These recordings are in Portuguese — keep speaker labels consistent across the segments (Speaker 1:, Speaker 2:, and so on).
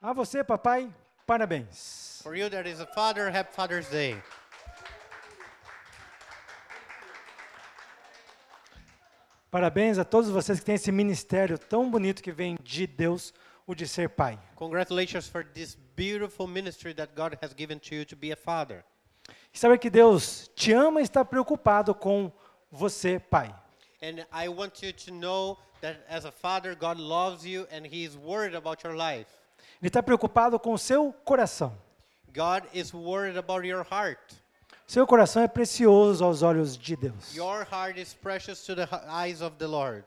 Speaker 1: A você, papai, parabéns.
Speaker 2: For you that is a father, happy Father's Day.
Speaker 1: Parabéns a todos vocês que têm esse ministério tão bonito que vem de Deus, o de ser pai.
Speaker 2: Congratulations for this beautiful ministry that God has given to you to be a father.
Speaker 1: E saber que Deus te ama e está preocupado com você, pai.
Speaker 2: And I want you to know that as a father, God loves you and He is worried about your life.
Speaker 1: Ele está preocupado com o seu coração.
Speaker 2: God is worried about your heart.
Speaker 1: Seu coração é precioso aos olhos de Deus.
Speaker 2: Your heart is precious to the h- eyes of the Lord.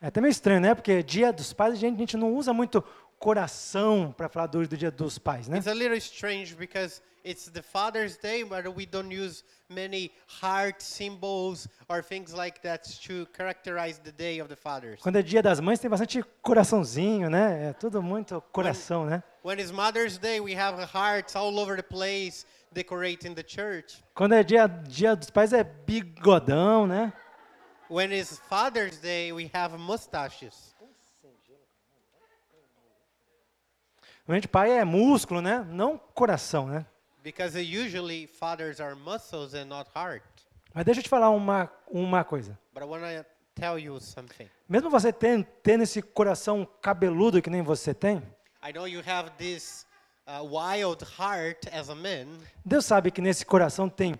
Speaker 1: É até meio estranho, né? Porque dia dos pais, a gente, a gente não usa muito coração para falar do, do dia dos pais, né?
Speaker 2: It's a little strange because it's the Father's Day, but we don't use many heart symbols or things like that to characterize the day of the fathers.
Speaker 1: Quando é dia das mães, tem bastante coraçãozinho, né? É tudo muito coração, né?
Speaker 2: When it's Mother's Day, we have hearts all over the place decorating the church.
Speaker 1: Quando é dia, dia dos pais, é bigodão, né?
Speaker 2: When it's Father's Day, we have mustaches.
Speaker 1: Normalmente, pai é músculo, né? Não coração, né?
Speaker 2: Because uh, usually fathers are muscles and not heart.
Speaker 1: Mas deixa eu te falar uma, uma coisa.
Speaker 2: But I want to tell you something.
Speaker 1: Mesmo você ten- tendo esse coração cabeludo que nem você tem,
Speaker 2: I know you have this uh, wild heart as a man.
Speaker 1: Deus sabe que nesse coração tem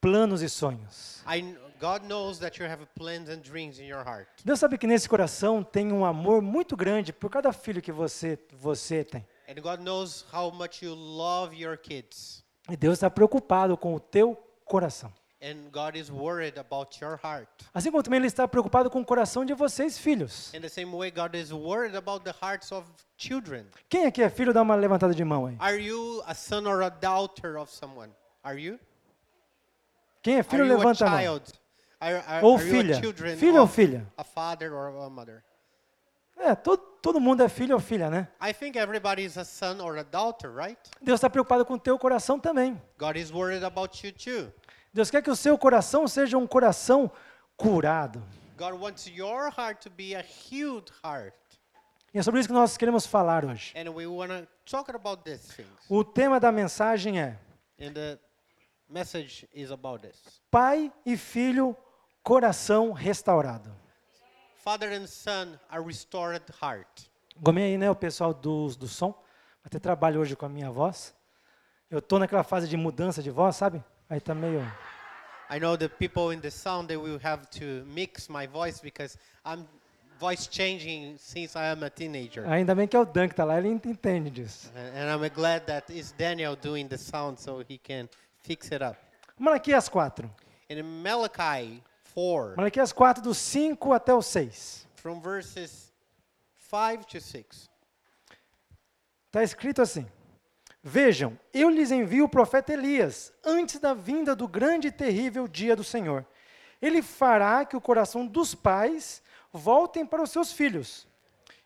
Speaker 1: planos e sonhos.
Speaker 2: I, kn- God knows that you have plans and dreams in your heart.
Speaker 1: Deus sabe que nesse coração tem um amor muito grande por cada filho que você, você tem.
Speaker 2: And God knows how much you love your kids.
Speaker 1: E Deus está preocupado com o teu coração.
Speaker 2: And God is worried about your heart.
Speaker 1: Assim como também Ele está preocupado com o coração de vocês, filhos.
Speaker 2: In the same way, God is worried about the hearts of children.
Speaker 1: Quem aqui é filho, dá uma levantada de mão aí.
Speaker 2: Are you a son or a daughter of someone? Are you?
Speaker 1: Quem é filho,
Speaker 2: are you
Speaker 1: levanta
Speaker 2: a
Speaker 1: a mão.
Speaker 2: child? Are, are,
Speaker 1: Ou
Speaker 2: are you
Speaker 1: filha.
Speaker 2: a children
Speaker 1: Filho ou
Speaker 2: of
Speaker 1: filha?
Speaker 2: a father or a mother?
Speaker 1: É, todo, todo mundo é filho ou filha, né?
Speaker 2: I think everybody is a son or a daughter, right?
Speaker 1: Deus está preocupado com o teu coração também.
Speaker 2: God is worried about you too.
Speaker 1: Deus quer que o seu coração seja um coração curado.
Speaker 2: God wants your heart to be a healed heart.
Speaker 1: E é sobre isso que nós queremos falar hoje.
Speaker 2: And we want to talk about these things.
Speaker 1: O tema da mensagem é
Speaker 2: And the message is about this.
Speaker 1: Pai e filho, coração restaurado.
Speaker 2: Father and son, a restored heart.
Speaker 1: Gomei aí, né, o pessoal do, do som. Vai ter trabalho hoje com a minha voz. Eu tô naquela fase de mudança de voz, sabe? Aí tá meio.
Speaker 2: I know the people in the sound they will have to mix my voice because I'm voice changing since I am a teenager.
Speaker 1: Ainda bem que é o Dan que tá lá, ele ent- entende disso.
Speaker 2: And and I'm glad that it's Daniel doing the sound so he can fix it up.
Speaker 1: Malaquias 4.
Speaker 2: And in Malachi 4,
Speaker 1: Malaquias 4, do 5 até o 6.
Speaker 2: from verses 5 to 6.
Speaker 1: Está escrito assim: Vejam, eu lhes envio o profeta Elias, antes da vinda do grande e terrível dia do Senhor. Ele fará que o coração dos pais voltem para os seus filhos,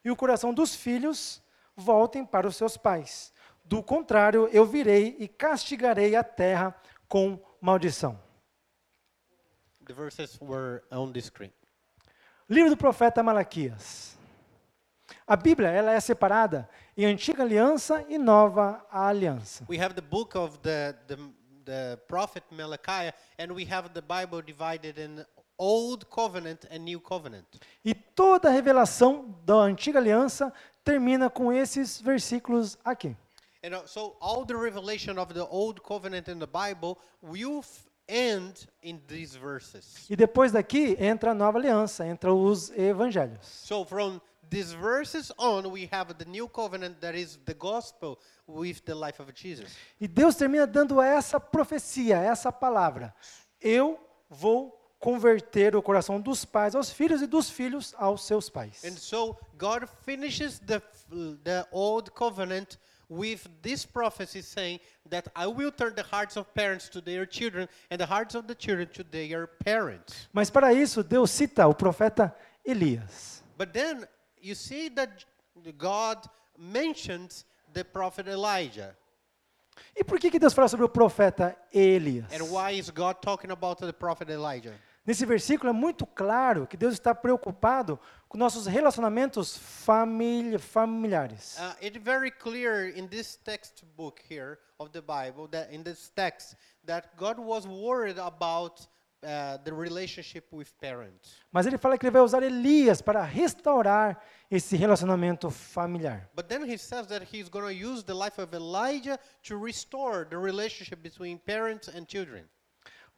Speaker 1: e o coração dos filhos voltem para os seus pais. Do contrário, eu virei e castigarei a terra com maldição.
Speaker 2: The verses were on the screen.
Speaker 1: Livro do profeta Malaquias. A Bíblia ela é separada em antiga aliança e nova aliança.
Speaker 2: We have the book of the, the, the prophet Malachi, and we have the Bible divided in Old Covenant and New Covenant.
Speaker 1: E toda a revelação da antiga aliança termina com esses versículos aqui.
Speaker 2: And uh, so all the revelation of the Old Covenant in the Bible will f- end in these verses.
Speaker 1: E depois daqui entra a nova aliança, entra os evangelhos.
Speaker 2: So from these verses on, we have the New Covenant that is the gospel with the life of Jesus.
Speaker 1: E Deus termina dando essa profecia, essa palavra: Eu vou converter o coração dos pais aos filhos e dos filhos aos seus
Speaker 2: And
Speaker 1: pais.
Speaker 2: so God finishes the, f- the Old Covenant with this prophecy saying that I will turn the hearts of parents to their children and the hearts of the children to their parents.
Speaker 1: Mas para isso, Deus cita o profeta Elias.
Speaker 2: But then you see that J- God mentions the prophet Elijah.
Speaker 1: E por que, que Deus fala sobre o profeta Elias?
Speaker 2: And why is God talking about the prophet Elijah?
Speaker 1: Nesse versículo é muito claro que Deus está preocupado com nossos relacionamentos famili- familiares.
Speaker 2: Uh, it's very clear in this textbook here of the Bible that in this text that God was worried about uh, the relationship with parents,
Speaker 1: Mas ele fala que ele vai usar Elias para restaurar esse relacionamento familiar.
Speaker 2: but then he says that he's going to use the life of Elijah to restore the relationship between parents and children.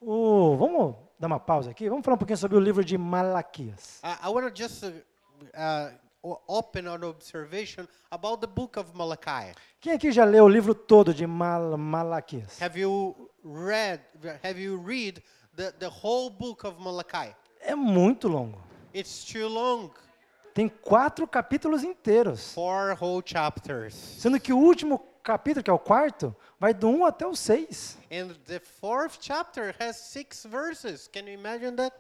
Speaker 1: O- vamos dar uma pausa aqui? Vamos falar um pouquinho sobre o livro de Malaquias.
Speaker 2: I, I want to just uh, uh, o- open an observation about the book of Malachi.
Speaker 1: Quem aqui já leu o livro todo de Mal- Malaquias?
Speaker 2: Have you read? Have you read the, the whole book of Malachi?
Speaker 1: É muito longo.
Speaker 2: It's too long,
Speaker 1: Tem quatro capítulos inteiros.
Speaker 2: four whole chapters,
Speaker 1: Sendo que o último capítulo, que é o quarto, vai do 1 até o 6.
Speaker 2: and the fourth chapter has six verses. Can you imagine that?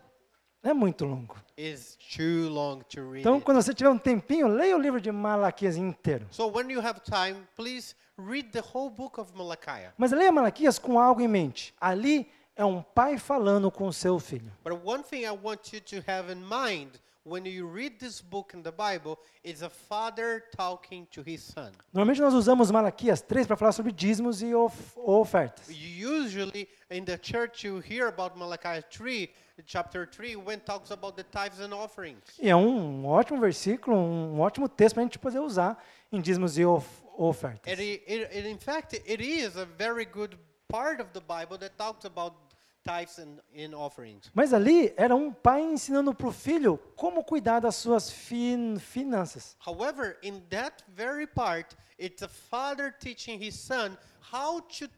Speaker 1: É muito longo.
Speaker 2: It's too long to read.
Speaker 1: Então,
Speaker 2: it.
Speaker 1: quando você tiver um tempinho, leia o livro de Malaquias inteiro.
Speaker 2: So when you have time, please read the whole book of Malachi.
Speaker 1: Mas leia Malaquias com algo em mente. Ali é um pai falando com o seu filho.
Speaker 2: But one thing I want you to have in mind when you read this book in the Bible is a father talking to his son.
Speaker 1: Normalmente nós usamos Malaquias 3 para falar sobre dízimos e of- ofertas.
Speaker 2: Usually in the church you hear about Malachi 3, chapter 3, when talks about the tithes and offerings.
Speaker 1: E é um ótimo versículo, um ótimo texto para a gente poder usar em dízimos e of- ofertas.
Speaker 2: It, i- it, it, in fact, it is a very good part of the Bible that talks about tithes and, and offerings.
Speaker 1: Mas ali era um pai ensinando para o filho como cuidar das suas fin- finanças.
Speaker 2: However, in that very part, it's a father teaching his son how to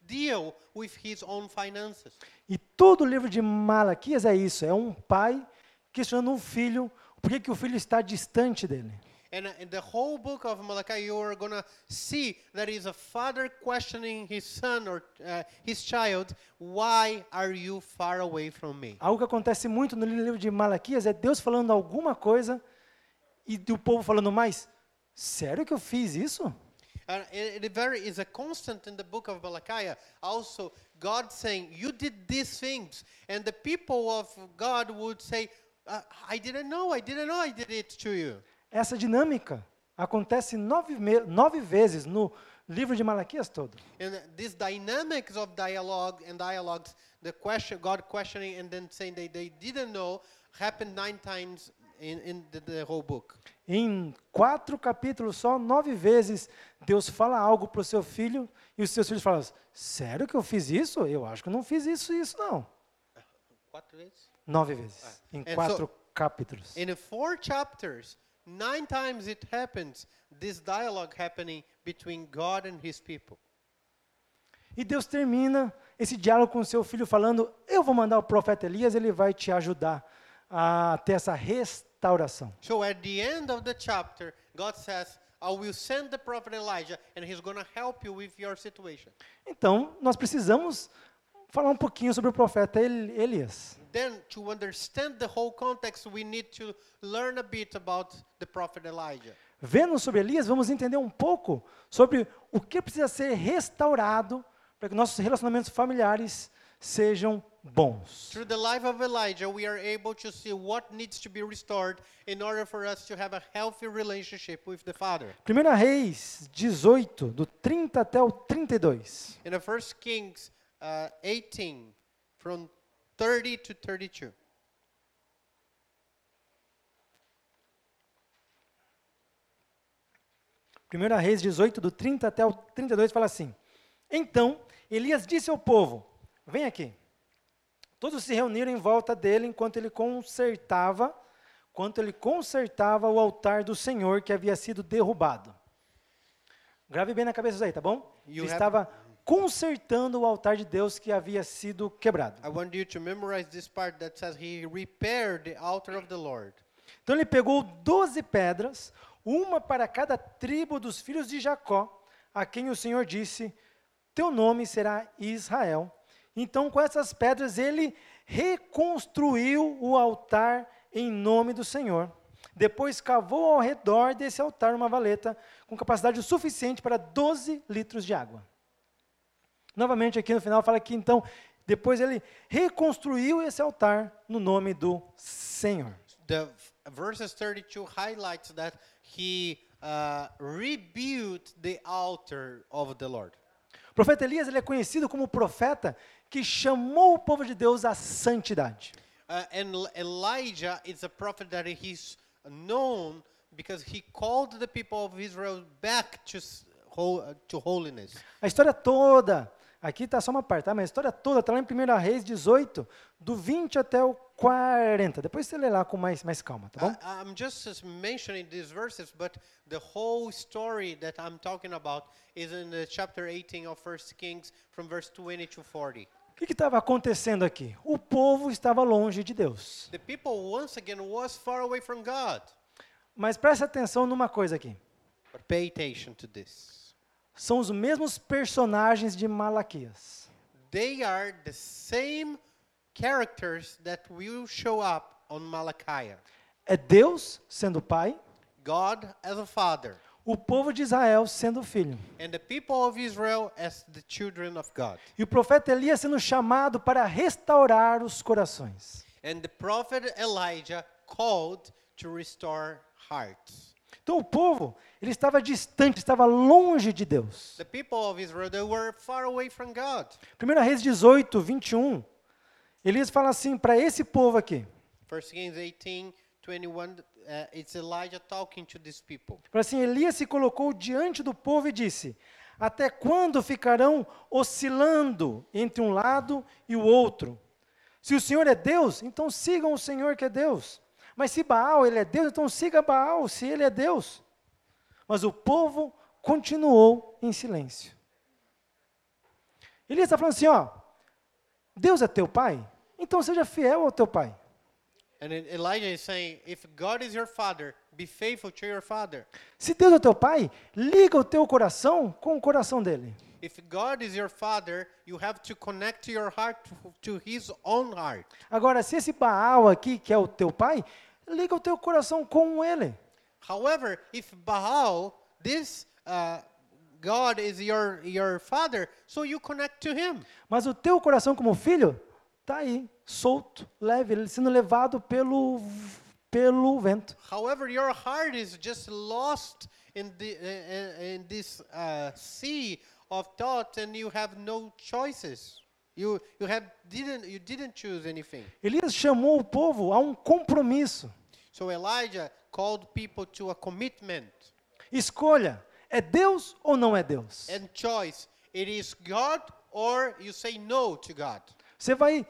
Speaker 2: deal with his own finances.
Speaker 1: E todo o livro de Malaquias é isso, é um pai questionando um filho, por que que o filho está distante dele.
Speaker 2: And uh, in the whole book of Malachi, you are going to see that is a father questioning his son or uh, his child, why are you far away from me?
Speaker 1: Algo que acontece muito no livro de Malaquias é Deus falando alguma coisa e o povo falando mais, sério que eu fiz isso?
Speaker 2: And it, it very is a constant in the book of Malachi. Also, God saying, "You did these things," and the people of God would say, uh, "I didn't know. I didn't know. I did it to you."
Speaker 1: Essa dinâmica acontece nove, me- nove vezes no livro de Malaquias todo.
Speaker 2: And these dynamics of dialogue and dialogues, the question, God questioning, and then saying they, they didn't know, happened nine times in, in the, the whole book.
Speaker 1: Em quatro capítulos só, nove vezes, Deus fala algo para o seu filho e os seus filhos falam, sério que eu fiz isso? Eu acho que eu não fiz isso isso não.
Speaker 2: What is?
Speaker 1: Nove vezes, em
Speaker 2: é,
Speaker 1: quatro
Speaker 2: so-
Speaker 1: capítulos.
Speaker 2: In the four chapters, nine times it happens. This dialogue happening between God and His people.
Speaker 1: E Deus termina esse diálogo com o seu filho falando, eu vou mandar o profeta Elias, ele vai te ajudar a ter essa restauração.
Speaker 2: So at the end of the chapter, God says, I will send the prophet Elijah and he's going to help you with your situation.
Speaker 1: Então, nós precisamos falar um pouquinho sobre o profeta El- Elias.
Speaker 2: Then, to understand the whole context, we need to learn a bit about the prophet Elijah.
Speaker 1: Vendo sobre Elias, vamos entender um pouco sobre o que precisa ser restaurado para que nossos relacionamentos familiares sejam bons.
Speaker 2: Through the life of Elijah, we are able to see what needs to be restored in order for us to have a healthy relationship with the Father.
Speaker 1: 1 Reis 18, do 30 até o 32.
Speaker 2: In the first Kings uh, 18, from 30 to 32.
Speaker 1: Primeira Reis 18, do 30 até o 32, fala assim: Então Elias disse ao povo: Vem aqui. Todos se reuniram em volta dele enquanto ele consertava, enquanto ele consertava o altar do Senhor que havia sido derrubado. Grave bem na cabeça isso aí, tá bom? ele
Speaker 2: You have-
Speaker 1: estava consertando o altar de Deus que havia sido quebrado.
Speaker 2: I want you to memorize this part that says, He repaired the altar of the Lord.
Speaker 1: Então ele pegou doze pedras, uma para cada tribo dos filhos de Jacó, a quem o Senhor disse: Teu nome será Israel. Então, com essas pedras, ele reconstruiu o altar em nome do Senhor. Depois cavou ao redor desse altar uma valeta com capacidade o suficiente para 12 litros de água. Novamente, aqui no final fala que então Depois ele reconstruiu esse altar no nome do Senhor.
Speaker 2: The f- verses 32 highlights that he uh, rebuilt the altar of the Lord.
Speaker 1: O profeta Elias ele é conhecido como o profeta que chamou o povo de Deus à santidade.
Speaker 2: Uh, and L- Elijah is a prophet that he's known because he called the people of Israel back to, s- ho- uh, to holiness.
Speaker 1: A história toda, aqui está só uma parte, tá? mas a história toda está lá em 1 Reis 18, do 20 até o 40. Depois você lê lá com mais, mais calma, tá bom?
Speaker 2: I, am just as mentioning these verses, but the whole story that I'm talking about is in the chapter 18 of First Kings, from verse 20 to 40.
Speaker 1: O que estava acontecendo aqui? O povo estava longe de Deus.
Speaker 2: The people once again was far away from God.
Speaker 1: Mas presta atenção numa coisa aqui.
Speaker 2: But pay attention to this.
Speaker 1: São os mesmos personagens de Malaquias.
Speaker 2: They are the same characters that will show up on Malachi.
Speaker 1: É Deus sendo pai,
Speaker 2: God as a father,
Speaker 1: o povo de Israel sendo filho.
Speaker 2: and the people of Israel as the children of God.
Speaker 1: E o profeta Elias sendo chamado para restaurar os corações.
Speaker 2: And the prophet Elijah called to restore hearts.
Speaker 1: Então o povo, ele estava distante, estava longe de Deus.
Speaker 2: The people of Israel, they were far away from God.
Speaker 1: 1 Reis 18, 21, Elias fala assim para esse povo aqui.
Speaker 2: First Kings 18, 21, uh, it's Elijah talking to these people.
Speaker 1: Fala assim, Elias se colocou diante do povo e disse, até quando ficarão oscilando entre um lado e o outro? Se o Senhor é Deus, então sigam o Senhor que é Deus. Mas se Baal, ele é Deus, então siga Baal, se ele é Deus. Mas o povo continuou em silêncio. Elias está falando assim, ó, Deus é teu pai, então seja fiel ao teu pai.
Speaker 2: And then Elijah is saying, if God is your father, be faithful to your father.
Speaker 1: Se Deus é teu pai, liga o teu coração com o coração dele.
Speaker 2: If God is your father, you have to connect your heart to, to his own heart.
Speaker 1: Agora, se esse Baal aqui, que é o teu pai, liga o teu coração com ele.
Speaker 2: However, if Baal, this uh, God is your, your father, so you connect to him.
Speaker 1: Mas o teu coração como filho está aí, solto, leve, ele sendo levado pelo, pelo vento.
Speaker 2: However, your heart is just lost in, the, uh, uh, in this uh, sea of thought and you have no choices. You, you, have didn't, you didn't choose anything.
Speaker 1: Elias chamou o povo a um compromisso.
Speaker 2: So Elijah called people to a commitment
Speaker 1: Escolha, é Deus ou não é Deus?
Speaker 2: and choice. It is God or you say no to God.
Speaker 1: Você vai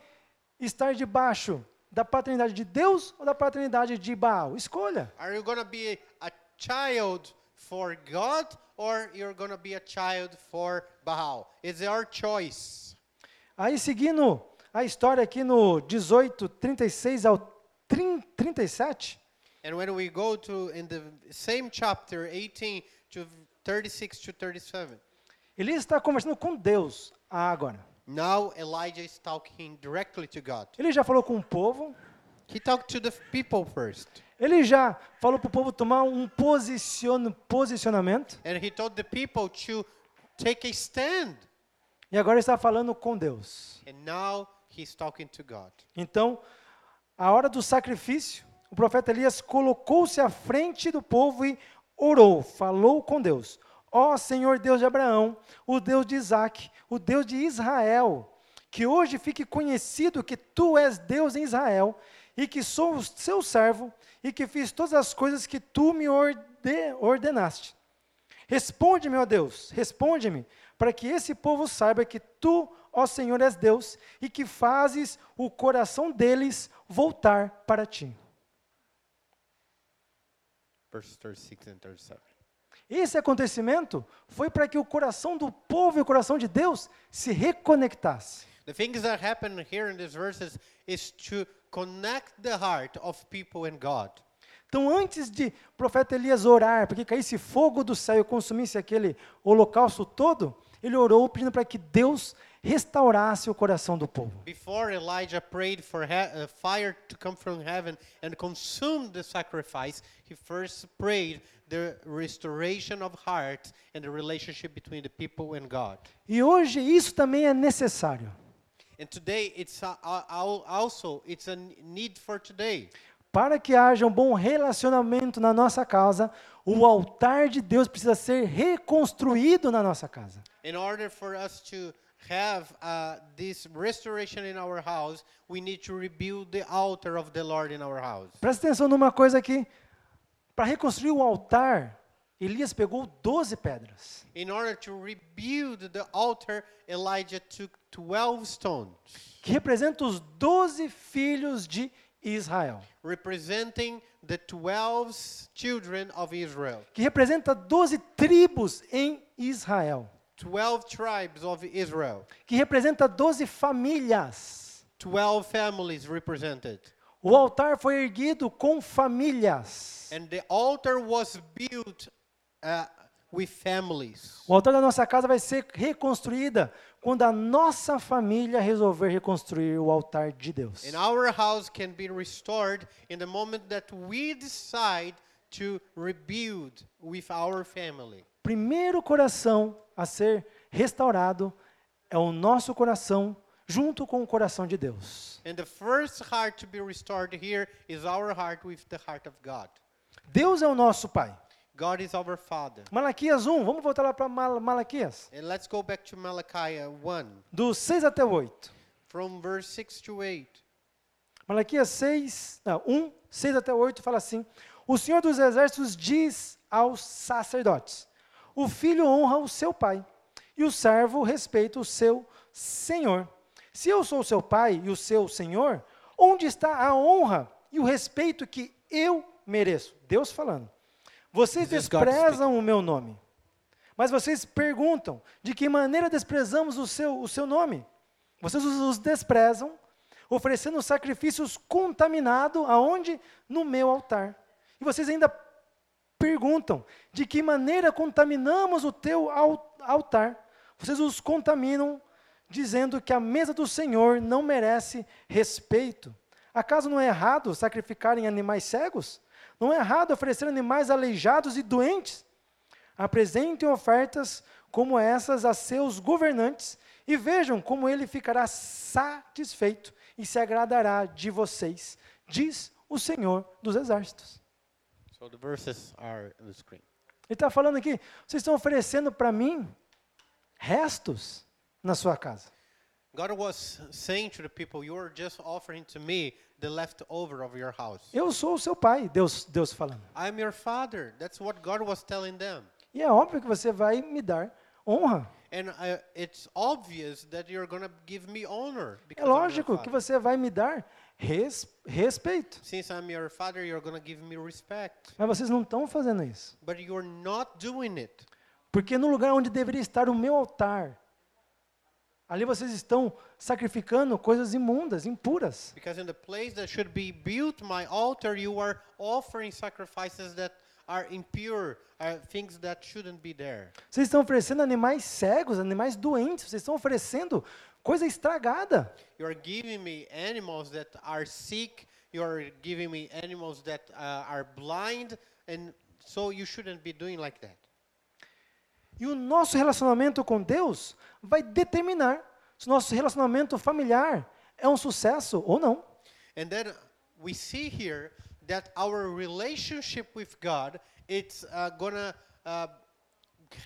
Speaker 1: estar debaixo da paternidade de Deus ou da paternidade de Baal? Escolha.
Speaker 2: Are you going to be a child for God or you're going to be a child for Baal? It's our choice.
Speaker 1: Aí seguindo a história aqui no 18, 36 ao 30, 37,
Speaker 2: And when we go to in the same chapter 18 to 36 to 37.
Speaker 1: Elias está conversando com Deus Ah, agora.
Speaker 2: Now Elijah is talking directly to God.
Speaker 1: Ele já falou com o povo,
Speaker 2: He talked to the f- people first.
Speaker 1: ele já falou para o povo tomar um posicion- posicionamento,
Speaker 2: And he told the people to take a stand.
Speaker 1: e agora ele está falando com Deus.
Speaker 2: And now he's talking to God.
Speaker 1: Então, a hora do sacrifício, o profeta Elias colocou-se à frente do povo e orou, falou com Deus. Ó Senhor Deus de Abraão, o Deus de Isaac, o Deus de Israel, que hoje fique conhecido que tu és Deus em Israel e que sou o seu servo e que fiz todas as coisas que tu me orde- ordenaste. Responde-me, ó Deus, responde-me, para que esse povo saiba que tu, ó Senhor, és Deus e que fazes o coração deles voltar para ti.
Speaker 2: Verses 36 and 37.
Speaker 1: Esse acontecimento foi para que o coração do povo e o coração de Deus se reconectasse.
Speaker 2: The things that happen here in these verses is to connect the heart of people and God.
Speaker 1: Então, antes de o profeta Elias orar, porque caísse fogo do céu e consumisse aquele holocausto todo, ele orou pedindo para que Deus restaurasse o coração do povo.
Speaker 2: Before Elijah prayed for he- uh, fire to come from heaven and consume the sacrifice, he first prayed the restoration of heart and the relationship between the people and God.
Speaker 1: E hoje isso também é necessário.
Speaker 2: And today it's a, a- al- also it's a need for today.
Speaker 1: Para que haja um bom relacionamento na nossa casa, o altar de Deus precisa ser reconstruído na nossa casa.
Speaker 2: In order for us to have uh, this restoration in our house, we need to rebuild the altar of the Lord in our house.
Speaker 1: Presta atenção numa coisa aqui. Para reconstruir o altar, Elias pegou 12 pedras.
Speaker 2: In order to rebuild the altar, Elijah took 12 stones,
Speaker 1: que representa os doze filhos de Israel,
Speaker 2: representing the 12 children of Israel,
Speaker 1: que representa doze tribos em Israel,
Speaker 2: 12 tribes of Israel,
Speaker 1: que representa doze famílias.
Speaker 2: 12 families represented.
Speaker 1: O altar foi erguido com famílias.
Speaker 2: And the altar was built uh, with families.
Speaker 1: O altar da nossa casa vai ser reconstruída quando a nossa família resolver reconstruir o altar de Deus.
Speaker 2: And our house can be restored in the moment that we decide to rebuild with our family.
Speaker 1: Primeiro coração a ser restaurado é o nosso coração junto com o coração de Deus.
Speaker 2: And the first heart to be restored here is our heart with the heart of God.
Speaker 1: Deus é o nosso Pai.
Speaker 2: God is our Father.
Speaker 1: Malaquias 1, vamos voltar lá para Mal Malaquias.
Speaker 2: And let's go back to Malachi uh, 1,
Speaker 1: Do 6 até o 8.
Speaker 2: from verse 6 to 8.
Speaker 1: Malaquias 6, não, 1, 6 até o 8 fala assim: O Senhor dos Exércitos diz aos sacerdotes: O filho honra o seu pai, e o servo respeita o seu senhor. Se eu sou seu pai e o seu senhor, onde está a honra e o respeito que eu mereço? Deus falando. Vocês
Speaker 2: This is God
Speaker 1: desprezam o meu nome. Mas vocês perguntam de que maneira desprezamos o seu, o seu nome? Vocês os, os desprezam, oferecendo sacrifícios contaminados aonde? No meu altar. E vocês ainda perguntam de que maneira contaminamos o teu al- altar? Vocês os contaminam dizendo que a mesa do Senhor não merece respeito. Acaso não é errado sacrificarem animais cegos? Não é errado oferecer animais aleijados e doentes? Apresentem ofertas como essas a seus governantes e vejam como ele ficará satisfeito e se agradará de vocês, diz o Senhor dos Exércitos.
Speaker 2: So the verses are on the screen.
Speaker 1: Ele está falando aqui, vocês estão oferecendo para mim restos na sua casa.
Speaker 2: God was saying to the people, You are just offering to me the leftover of your house.
Speaker 1: Eu sou o seu pai, Deus, Deus falando.
Speaker 2: I'm your father. That's what God was telling them.
Speaker 1: E é óbvio que você vai me dar honra.
Speaker 2: And I, it's obvious that you're going to give me honor.
Speaker 1: É
Speaker 2: because I'm your
Speaker 1: lógico que
Speaker 2: father.
Speaker 1: você vai me dar res- respeito.
Speaker 2: Since I'm your father, you're going to give me respect.
Speaker 1: Mas vocês não estão fazendo isso.
Speaker 2: But you're not doing it.
Speaker 1: Porque no lugar onde deveria estar o meu altar, ali vocês estão sacrificando coisas imundas, impuras.
Speaker 2: Because in the place that should be built my altar, you are offering sacrifices that are impure, are things that shouldn't be there.
Speaker 1: Vocês estão oferecendo animais cegos, animais doentes, vocês estão oferecendo coisa estragada.
Speaker 2: You are giving me animals that are sick. You are giving me animals that uh, are blind. And so you shouldn't be doing like that.
Speaker 1: E o nosso relacionamento com Deus vai determinar se o nosso relacionamento familiar é um sucesso ou não.
Speaker 2: And then we see here that our relationship with God, it's uh, gonna uh,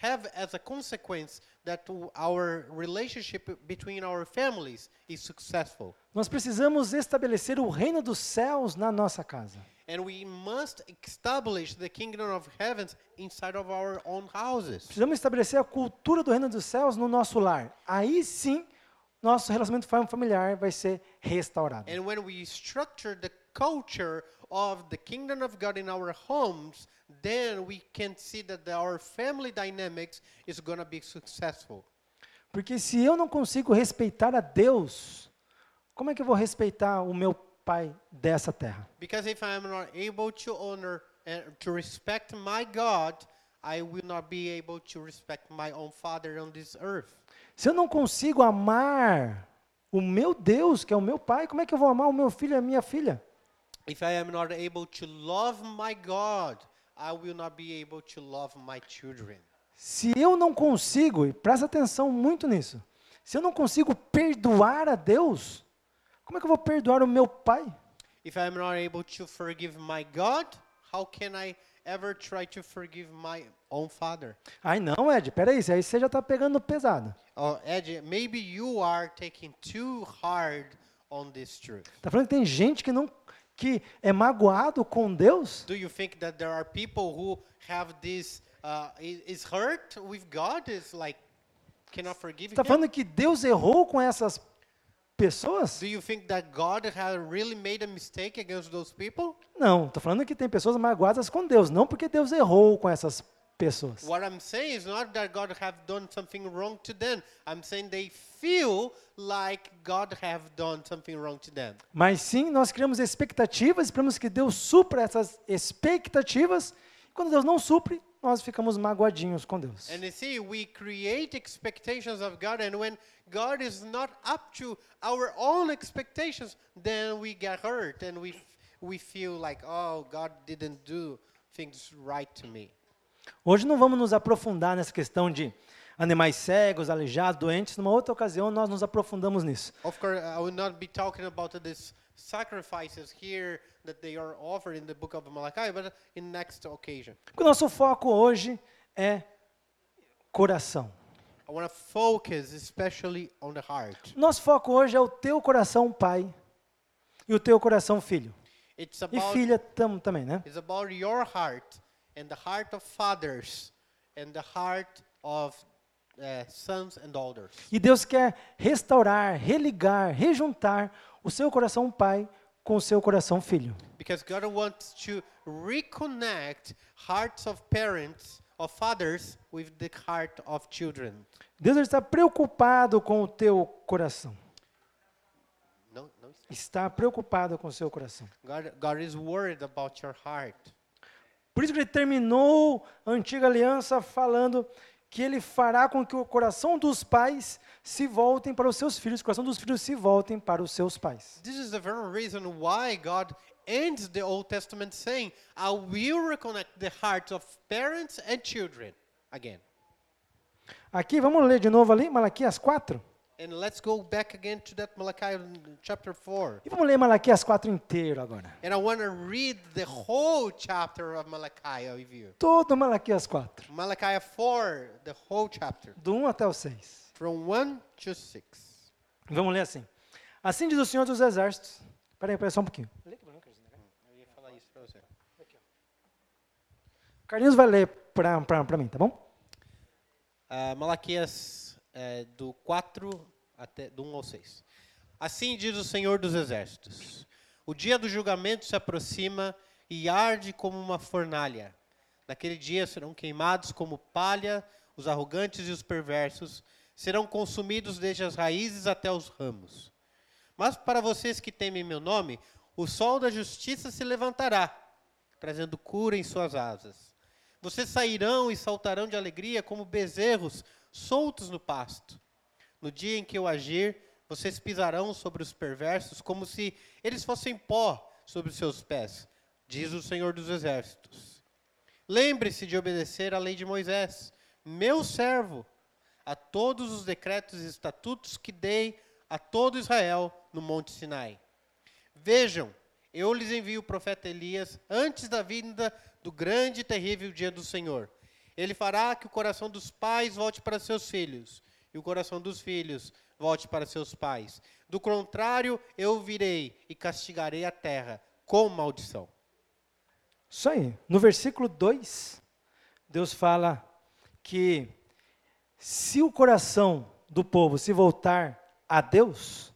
Speaker 2: have as a consequence that w- our relationship between our families is successful.
Speaker 1: Nós precisamos estabelecer o reino dos céus na nossa casa.
Speaker 2: And we must establish the kingdom of heavens inside of our own houses.
Speaker 1: Precisamos estabelecer a cultura do reino dos céus no nosso lar. Aí sim, nosso relacionamento fam- familiar vai ser restaurado.
Speaker 2: And when we structure the culture of the kingdom of God in our homes, then we can see that the- our family dynamics is going to be successful.
Speaker 1: Porque se eu não consigo respeitar a Deus, como é que eu vou respeitar o meu pai dessa terra?
Speaker 2: Because if I am not able to honor and to respect my God, I will not be able to respect my own Father on this earth.
Speaker 1: Se eu não consigo amar o meu Deus, que é o meu pai, como é que eu vou amar o meu filho e a minha filha?
Speaker 2: If I am not able to love my God, I will not be able to love my children.
Speaker 1: Se eu não consigo, e presta atenção muito nisso, Se eu não consigo perdoar a Deus, como é que eu vou perdoar o meu pai?
Speaker 2: If I'm not able to forgive my God, how can I ever try to forgive my own father?
Speaker 1: Ai não, Ed, peraí, aí você já está pegando pesado.
Speaker 2: Oh, Ed, maybe you are taking too hard on this truth.
Speaker 1: Está Tá falando que tem gente que não que é magoado com Deus?
Speaker 2: Do you think that there are people who have this uh, i- is hurt with God is like cannot forgive
Speaker 1: Está Tá
Speaker 2: him?
Speaker 1: falando que Deus errou com essas pessoas?
Speaker 2: Do you think that God has really made a mistake against those people?
Speaker 1: Não, estou falando que tem pessoas magoadas com Deus, não porque Deus errou com essas pessoas.
Speaker 2: What I'm saying is not that God have done something wrong to them. I'm saying they feel like God have done something wrong to them.
Speaker 1: Mas sim, nós criamos expectativas, esperamos que Deus supra essas expectativas. E quando Deus não supre, nós ficamos magoadinhos com Deus.
Speaker 2: And you see, we create expectations of God, and when God is not up to our own expectations, then we get hurt and we, we feel like, oh, God didn't do things right to me.
Speaker 1: Hoje não vamos nos aprofundar nessa questão de animais cegos, aleijados, doentes. Numa outra ocasião, nós nos aprofundamos nisso.
Speaker 2: Of course, I will not be talking about these sacrifices here that they are offered in the book of Malachi, but in next occasion.
Speaker 1: Porque o nosso foco hoje é coração.
Speaker 2: I want to focus especially on the heart.
Speaker 1: Nosso foco hoje é o teu coração, pai, e o teu coração, filho.
Speaker 2: It's
Speaker 1: E
Speaker 2: about
Speaker 1: filha tam, também, né?
Speaker 2: It's about your heart and the heart of fathers and the heart of uh, sons and daughters.
Speaker 1: E Deus quer restaurar, religar, rejuntar o seu coração, pai, com o seu coração, filho.
Speaker 2: Because God wants to reconnect hearts of parents, of fathers, with the heart of children.
Speaker 1: Deus ele está preocupado com o teu coração.
Speaker 2: No, no. it's-
Speaker 1: Está preocupado com o seu coração.
Speaker 2: God, God is worried about your heart.
Speaker 1: Por isso que ele terminou a antiga aliança falando que ele fará com que o coração dos pais se voltem para os seus filhos, o coração dos filhos se voltem para os seus pais.
Speaker 2: This is the very reason why God ends the Old Testament saying, I will reconnect the hearts of parents and children again.
Speaker 1: Aqui, vamos ler de novo ali, Malaquias 4.
Speaker 2: And let's go back again to that Malachi chapter 4.
Speaker 1: E vamos ler Malaquias 4 inteiro agora.
Speaker 2: And I want to read the whole chapter of Malachi with you.
Speaker 1: Todo Malaquias 4,
Speaker 2: Malachi 4, the whole chapter,
Speaker 1: do 1 até o 6.
Speaker 2: from 1 to 6.
Speaker 1: Vamos ler assim. Assim diz o Senhor dos Exércitos. Peraí, peraí, só um pouquinho. Carlinhos vai ler para mim, tá bom?
Speaker 2: Ah, Malaquias eh, do 4 até do 1 ao 6. Assim diz o Senhor dos Exércitos: O dia do julgamento se aproxima e arde como uma fornalha. Naquele dia serão queimados como palha os arrogantes e os perversos, serão consumidos desde as raízes até os ramos. Mas para vocês que temem meu nome, o sol da justiça se levantará, trazendo cura em suas asas. Vocês sairão e saltarão de alegria como bezerros soltos no pasto. No dia em que eu agir, vocês pisarão sobre os perversos como se eles fossem pó sobre os seus pés, diz o Senhor dos Exércitos. Lembre-se de obedecer à lei de Moisés, meu servo, a todos os decretos e estatutos que dei a todo Israel no Monte Sinai. Vejam, eu lhes envio o profeta Elias antes da vinda do grande e terrível dia do Senhor. Ele fará que o coração dos pais volte para seus filhos, e o coração dos filhos volte para seus pais. Do contrário, eu virei e castigarei a terra com maldição.
Speaker 1: Isso aí. No versículo 2, Deus fala que se o coração do povo se voltar a Deus,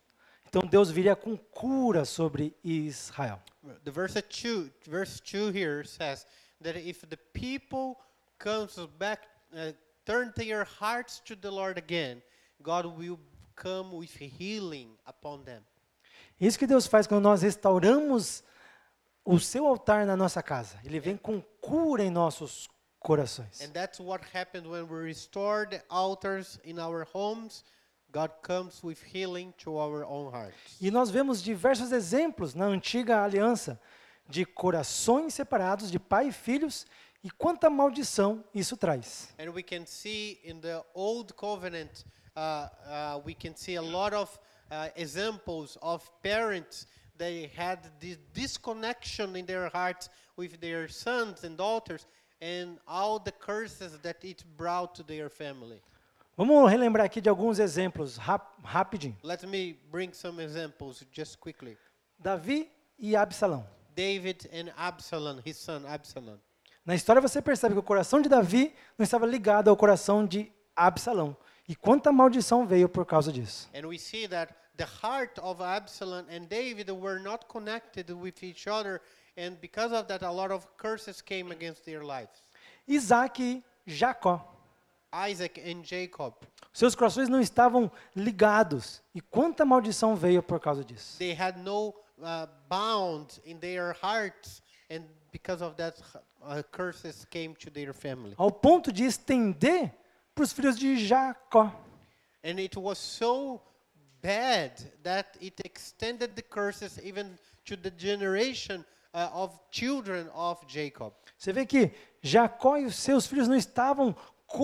Speaker 1: então Deus viria com cura sobre Israel.
Speaker 2: The verse two, verse two here says that if the people comes back, uh, turn their hearts to the Lord again, God will come with healing upon them.
Speaker 1: É Isso que Deus faz quando nós restauramos o seu altar na nossa casa. Ele vem com cura em nossos corações.
Speaker 2: And that's what happened when we restore the altars in our homes. God comes with healing to our own hearts.
Speaker 1: E nós vemos diversos exemplos na antiga aliança de corações separados de pai e filhos e quanta maldição isso traz.
Speaker 2: And we can see in the old covenant uh, uh, we can see a lot of uh, examples of parents they had this disconnection in their hearts with their sons and daughters and all the curses that it brought to their family.
Speaker 1: Vamos relembrar aqui de alguns exemplos rap- rapidinho.
Speaker 2: Let me bring some examples just quickly.
Speaker 1: Davi e Absalão.
Speaker 2: David and Absalom, his son Absalom.
Speaker 1: Na história você percebe que o coração de Davi não estava ligado ao coração de Absalão. E quanta maldição veio por causa disso.
Speaker 2: And we see that the heart of Absalom and David were not connected with each other, and because of that, a lot of curses came against their lives.
Speaker 1: Isaac e Jacó.
Speaker 2: Isaac and Jacob,
Speaker 1: Seus corações não estavam ligados. E quanta maldição veio por causa disso.
Speaker 2: they had no uh, bound in their hearts, and because of that, uh, curses came to their family.
Speaker 1: Ao ponto de estender para os filhos de Jacó.
Speaker 2: And it was so bad that it extended the curses even to the generation uh, of children of Jacob.
Speaker 1: Você vê que Jacó e os seus filhos não estavam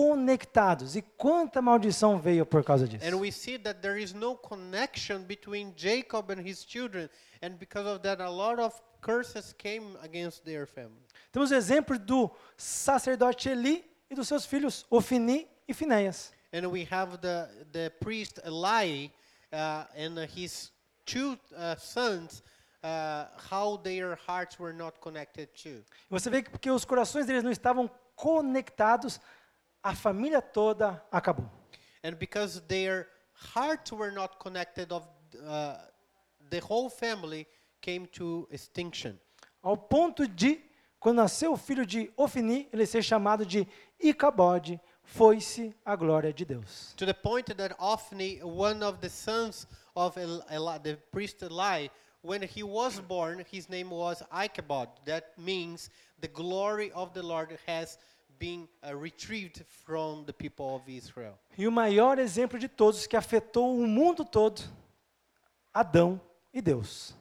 Speaker 1: conectados. E quanta maldição veio por causa disso.
Speaker 2: And we see that there is no connection between Jacob and his children, and because of that, a lot of curses came against their family.
Speaker 1: Temos o exemplo do sacerdote Eli e dos seus filhos Ofni e Finéias.
Speaker 2: And we have the, the priest Eli uh, and his two uh, sons, uh, how their hearts were not connected to.
Speaker 1: Você vê que porque os corações deles não estavam conectados, a família toda acabou.
Speaker 2: And because their hearts were not connected, of uh, the whole family came to extinction.
Speaker 1: Ao ponto de, quando nasceu o filho de Ofni, ele ser chamado de Icabode, foi-se a glória de Deus.
Speaker 2: to the point that Ophni, one of the sons of El- Eli, the priest Eli, when he was born, his name was Ichabod. That means the glory of the Lord has been uh, retrieved from the people of Israel.
Speaker 1: E o maior exemplo de todos que afetou o mundo todo, Adão e Deus.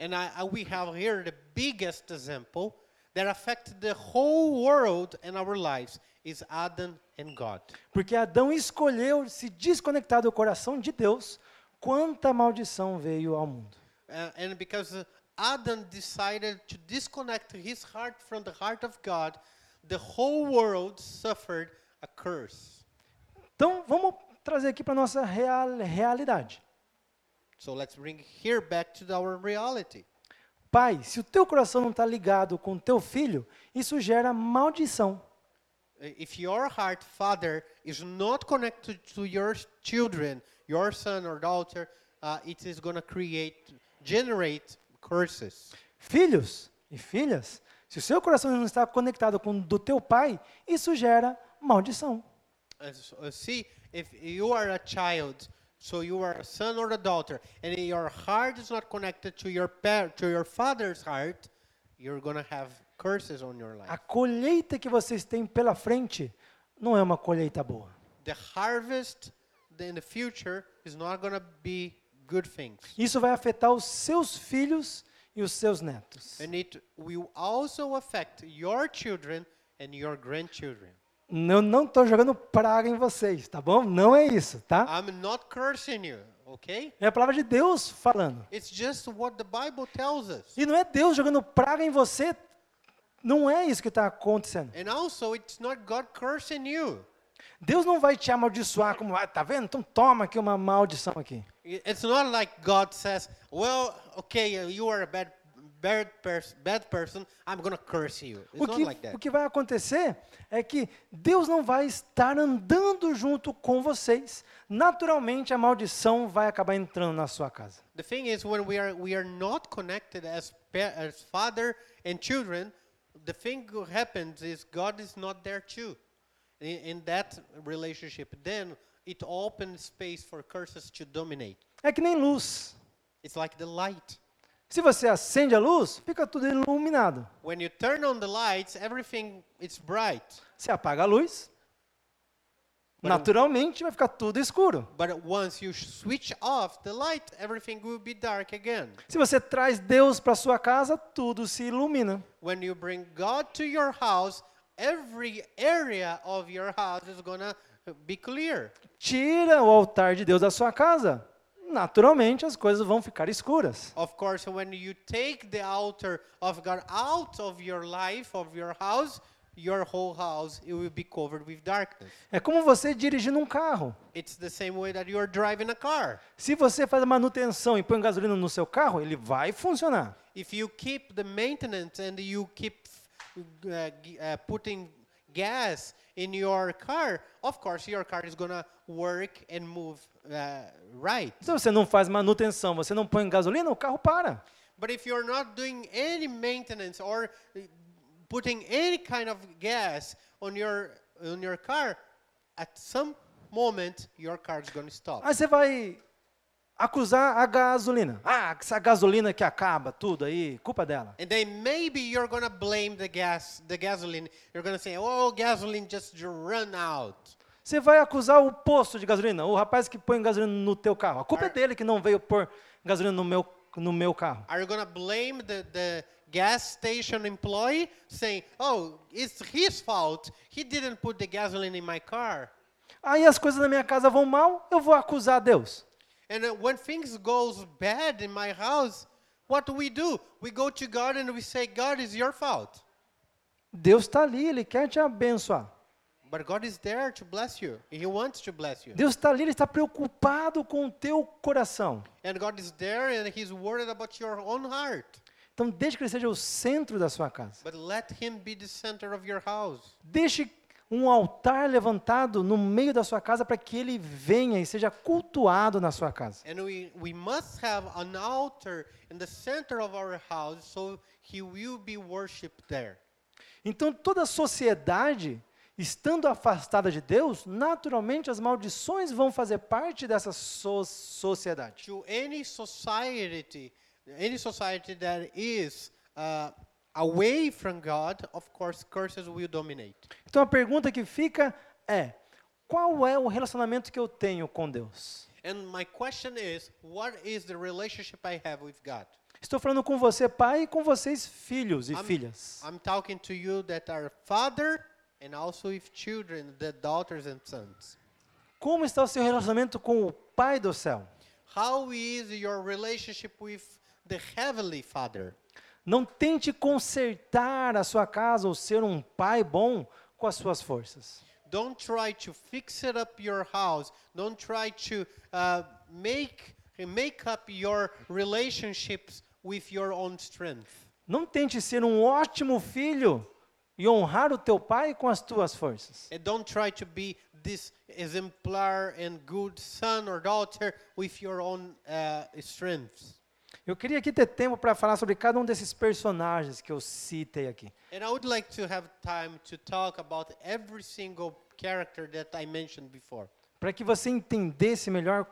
Speaker 2: And I, I, we have here the biggest example that affected the whole world and our lives is Adam and God.
Speaker 1: Porque Adão escolheu se desconectar do coração de Deus, quanta maldição veio ao mundo.
Speaker 2: Uh, and because uh, Adam decided to disconnect his heart from the heart of God, the whole world suffered a curse.
Speaker 1: Então, vamos trazer aqui para a nossa real, realidade.
Speaker 2: So let's bring here back to our reality.
Speaker 1: Pai, se o teu coração não está ligado com o teu filho, isso gera maldição.
Speaker 2: Uh, If your heart, father, is not connected to your s- children, your son or daughter, uh, it is going to create, generate curses.
Speaker 1: Filhos e filhas, se o seu coração não está conectado com o do teu pai, isso gera maldição.
Speaker 2: Uh, s- uh, see, if you are a child, so you are a son or a daughter, and your heart is not connected to your par- to your father's heart, you're gonna have curses on your
Speaker 1: A
Speaker 2: life.
Speaker 1: colheita que vocês têm pela frente não é uma colheita boa.
Speaker 2: The harvest th- in the future is not gonna be good things,
Speaker 1: Isso vai afetar os seus filhos e os seus netos.
Speaker 2: and it will also affect your children and your grandchildren.
Speaker 1: Eu não estou jogando praga em vocês, tá bom? Não é isso, tá?
Speaker 2: I'm not cursing you, okay?
Speaker 1: É a palavra de Deus falando.
Speaker 2: It's just what the Bible tells us.
Speaker 1: E não é Deus jogando praga em você. Não é isso que está acontecendo.
Speaker 2: And also, it's not God cursing you.
Speaker 1: Deus não vai te amaldiçoar como, ah, tá vendo? Então toma aqui uma maldição aqui.
Speaker 2: I- It's not like God says, "Well, okay, uh, you are a bad, bad, pers- bad person. I'm gonna curse you." It's
Speaker 1: O
Speaker 2: not
Speaker 1: que,
Speaker 2: like that.
Speaker 1: o que vai acontecer é que Deus não vai estar andando junto com vocês. Naturalmente, a maldição vai acabar entrando na sua casa.
Speaker 2: The thing is, when we are we are not connected as pa- as father and children, the thing who happens is God is not there too. In, in that relationship, then it opens space for curses to dominate.
Speaker 1: É que nem luz.
Speaker 2: It's like the light.
Speaker 1: Se você acende a luz, fica tudo iluminado.
Speaker 2: When you turn on the lights, everything is bright.
Speaker 1: Você apaga a luz, naturalmente vai ficar tudo escuro.
Speaker 2: But once you switch off the light, everything will be dark again.
Speaker 1: Se você traz Deus para sua casa, tudo se ilumina.
Speaker 2: When you bring God to your house, every area of your house is going to Be clear.
Speaker 1: Tira o altar de Deus da sua casa, naturalmente as coisas vão ficar escuras.
Speaker 2: Of course, when you take the altar of God out of your life, of your house, your whole house it will be covered with darkness.
Speaker 1: É como você dirigindo um carro.
Speaker 2: It's the same way that you are driving a car.
Speaker 1: Se você faz a manutenção e põe gasolina no seu carro, ele vai funcionar.
Speaker 2: If you keep the maintenance and you keep uh, g- uh, putting gas in your car, of course your car is gonna work and move uh, right.
Speaker 1: Se você não faz manutenção, você não põe gasolina, o carro para.
Speaker 2: But if you're not doing any maintenance or uh, putting any kind of gas on your on your car, at some moment your car is going to stop.
Speaker 1: Aí você vai acusar a gasolina. Ah, essa gasolina que acaba tudo aí, culpa dela.
Speaker 2: and then maybe you're going to blame the gas, the gasoline. You're going to say, "Oh, gasoline just j- run out."
Speaker 1: Você vai acusar o posto de gasolina, o rapaz que põe gasolina no teu carro. A culpa é dele que não veio pôr gasolina no meu, no meu carro.
Speaker 2: Are you going to blame the the gas station employee saying, "Oh, it's his fault. He didn't put the gasoline in my car."
Speaker 1: Aí as coisas na minha casa vão mal, eu vou acusar Deus.
Speaker 2: And uh, when things goes bad in my house, what do we do? We go to God and we say, God is your fault.
Speaker 1: Deus está ali, Ele quer te abençoar.
Speaker 2: But God is there to bless you. He wants to bless you.
Speaker 1: Deus está ali, Ele está preocupado com o teu coração.
Speaker 2: And God is there and He's worried about your own heart.
Speaker 1: Então, deixe que Ele seja o centro da sua casa.
Speaker 2: But let Him be the center of your house.
Speaker 1: Deixe um altar levantado no meio da sua casa para que Ele venha e seja cultuado na sua casa.
Speaker 2: And we, we must have an altar in the center of our house so He will be worshipped there.
Speaker 1: Então, toda a sociedade, estando afastada de Deus, naturalmente as maldições vão fazer parte dessa so- sociedade.
Speaker 2: to any society, any society that is uh, away from God, of course, curses will dominate.
Speaker 1: Então, a pergunta que fica é: qual é o relacionamento que eu tenho com Deus?
Speaker 2: And my question is, what is the relationship I have with God?
Speaker 1: Estou falando com você, pai, e com vocês, filhos e
Speaker 2: I'm-
Speaker 1: filhas.
Speaker 2: I'm talking to you that are father and also with children, the daughters and sons.
Speaker 1: Como está o seu relacionamento com o Pai do céu?
Speaker 2: How is your relationship with the heavenly Father?
Speaker 1: Não tente consertar a sua casa ou ser um pai bom com as suas forças.
Speaker 2: Don't try to fix it up your house. Don't try to uh, make make up your relationships with your own strength.
Speaker 1: Não tente ser um ótimo filho e honrar o teu pai com as tuas forças.
Speaker 2: And don't try to be this exemplar and good son or daughter with your own uh, strengths.
Speaker 1: Eu queria aqui ter tempo para falar sobre cada um desses personagens que eu citei aqui.
Speaker 2: And I would like to have time to talk about every single character that I mentioned before.
Speaker 1: para que você entendesse melhor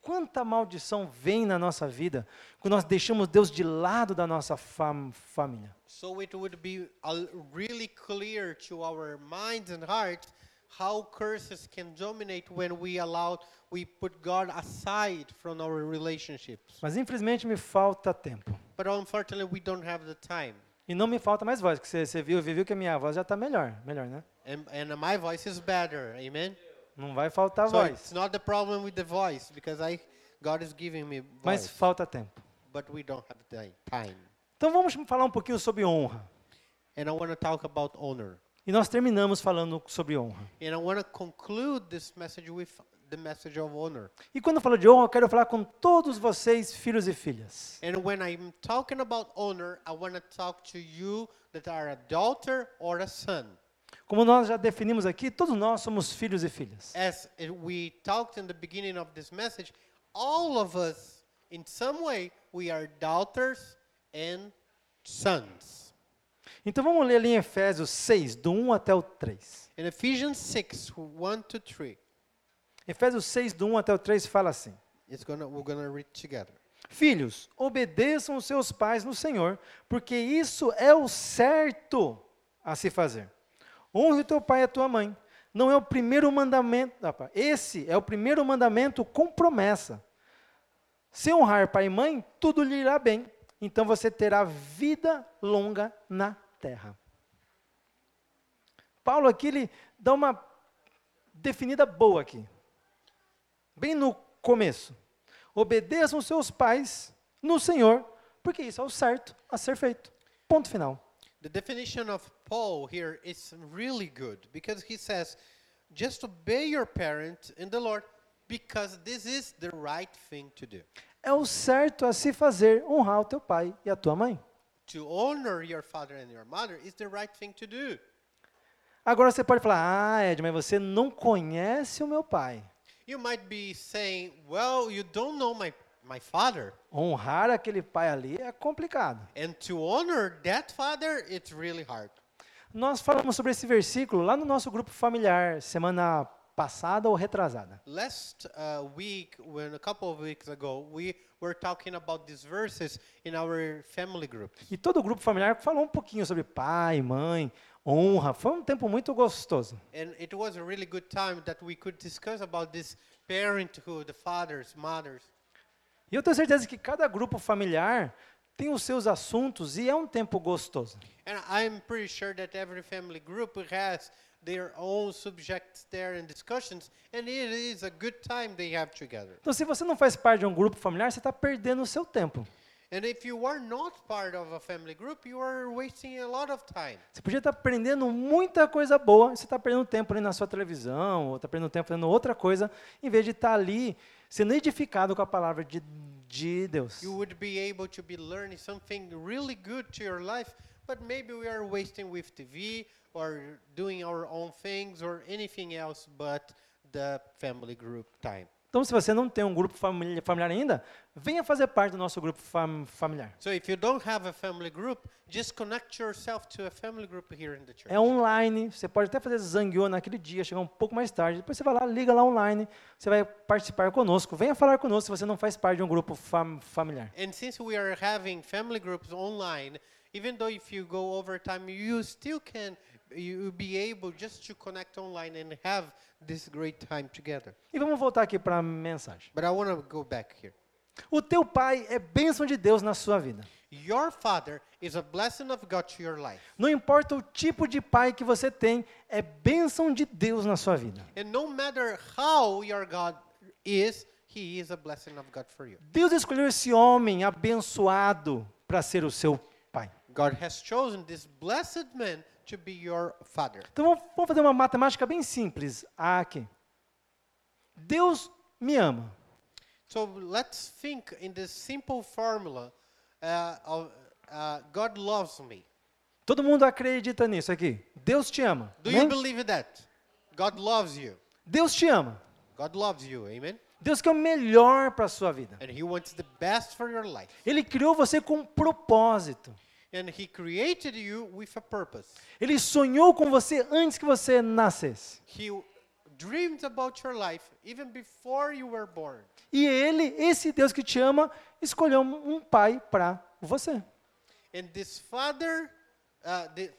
Speaker 1: quanta maldição vem na nossa vida quando nós deixamos Deus de lado da nossa fam- família.
Speaker 2: So it would be al- really clear to our minds and hearts how curses can dominate when we allow, we put God aside from our relationships.
Speaker 1: Mas infelizmente me falta tempo.
Speaker 2: But unfortunately, we don't have the time.
Speaker 1: E não me falta mais voz, que você, você viu, viu que a minha voz já está melhor, melhor, né?
Speaker 2: And, and my voice is better, amen?
Speaker 1: Não vai faltar
Speaker 2: So
Speaker 1: voz,
Speaker 2: it's not the problem with the voice because I, God is giving me
Speaker 1: mas
Speaker 2: voice,
Speaker 1: falta tempo.
Speaker 2: but we don't have the time.
Speaker 1: Então vamos falar um pouquinho sobre honra.
Speaker 2: And I want to talk about honor.
Speaker 1: E nós terminamos falando sobre honra.
Speaker 2: And I want to conclude this message with the message of honor.
Speaker 1: E quando eu falo de honra, eu quero falar com todos vocês, filhos e filhas.
Speaker 2: And when I'm talking about honor, I want to talk to you that are a daughter or a son.
Speaker 1: Como nós já definimos aqui, todos nós somos filhos e filhas.
Speaker 2: As uh, we talked in the beginning of this message, all of us, in some way, we are daughters and sons.
Speaker 1: Então vamos ler ali em Efésios 6, do 1 até o 3.
Speaker 2: In Ephesians 6 1 to 3,
Speaker 1: Efésios 6, do 1 até o 3 fala assim:
Speaker 2: it's gonna, we're going to read together.
Speaker 1: Filhos, obedeçam os seus pais no Senhor, porque isso é o certo a se fazer. Honre o teu pai e a tua mãe. Não é o primeiro mandamento. opa, Esse é o primeiro mandamento com promessa. Se honrar pai e mãe, tudo lhe irá bem. Então você terá vida longa na terra. Paulo aqui ele dá uma definida boa aqui. Bem no começo. Obedeçam seus pais no Senhor, porque isso é o certo a ser feito. Ponto final.
Speaker 2: The definition of Paul here is really good because he says, just obey your parents and the Lord because this is the right thing to do.
Speaker 1: É o certo a se fazer honrar o teu pai e a tua mãe.
Speaker 2: To honor your father and your mother is the right thing to do.
Speaker 1: Agora você pode falar, ah, Ed, mas você não conhece o meu pai.
Speaker 2: You might be saying, well, you don't know my, my father.
Speaker 1: Honrar aquele pai ali é complicado.
Speaker 2: And to honor that father, it's really hard.
Speaker 1: Nós falamos sobre esse versículo lá no nosso grupo familiar, semana passada ou retrasada.
Speaker 2: Last uh, week, when a couple of weeks ago, we were talking about these verses in our family group.
Speaker 1: E todo o grupo familiar falou um pouquinho sobre pai, mãe, honra. Foi um tempo muito gostoso.
Speaker 2: And it was a really good time that we could discuss about this parenthood, the fathers, mothers.
Speaker 1: E eu tenho certeza que cada grupo familiar tem os seus assuntos e é um tempo gostoso.
Speaker 2: And I'm pretty sure that every family group has their own subjects there and discussions, and it is a good time they have together.
Speaker 1: Então, se você não faz parte de um grupo familiar, você está perdendo o seu tempo.
Speaker 2: And if you are not part of a family group, you are wasting a lot of time.
Speaker 1: Você podia estar aprendendo muita coisa boa, e você está perdendo tempo ali na sua televisão, ou está perdendo tempo fazendo outra coisa, em vez de estar ali sendo edificado com a palavra de, de Deus.
Speaker 2: You would be able to be learning something really good to your life, but maybe we are wasting with TV or doing our own things or anything else but the family group time.
Speaker 1: Então, se você não tem um grupo famili- familiar ainda, venha fazer parte do nosso grupo fam- familiar.
Speaker 2: So if you don't have a family group, just connect yourself to a family group here in the church.
Speaker 1: É online, você pode até fazer zangueô naquele dia, chegar um pouco mais tarde, depois você vai lá, liga lá online, você vai participar conosco, venha falar conosco se você não faz parte de um grupo fam- familiar.
Speaker 2: And since we are having family groups online, even though if you go over time, you still can you will be able just to connect online and have this great time together.
Speaker 1: E vamos voltar aqui para a mensagem.
Speaker 2: But I want to go back here.
Speaker 1: O teu pai é bênção de Deus na sua vida.
Speaker 2: Your father is a blessing of God to your life.
Speaker 1: Não importa o tipo de pai que você tem, é bênção de Deus na sua vida.
Speaker 2: And no matter how your God is, he is a blessing of God for you.
Speaker 1: Deus escolheu esse homem abençoado para ser o seu pai.
Speaker 2: God has chosen this blessed man to be your father.
Speaker 1: Então vamos vamos fazer uma matemática bem simples aqui. Deus me ama.
Speaker 2: So let's think in this simple formula uh, of uh, God loves me.
Speaker 1: Todo mundo acredita nisso aqui. Deus te ama.
Speaker 2: Do
Speaker 1: amém?
Speaker 2: you believe in that? God loves you.
Speaker 1: Deus te ama.
Speaker 2: God loves you, amen?
Speaker 1: Deus quer o melhor para a sua vida.
Speaker 2: And He wants the best for your life.
Speaker 1: Ele criou você com um propósito.
Speaker 2: And He created you with a purpose.
Speaker 1: Ele sonhou com você antes que você nascesse.
Speaker 2: He dreamed about your life even before you were born.
Speaker 1: E ele, esse Deus que te ama, escolheu um um pai para você.
Speaker 2: And this Father, uh, the,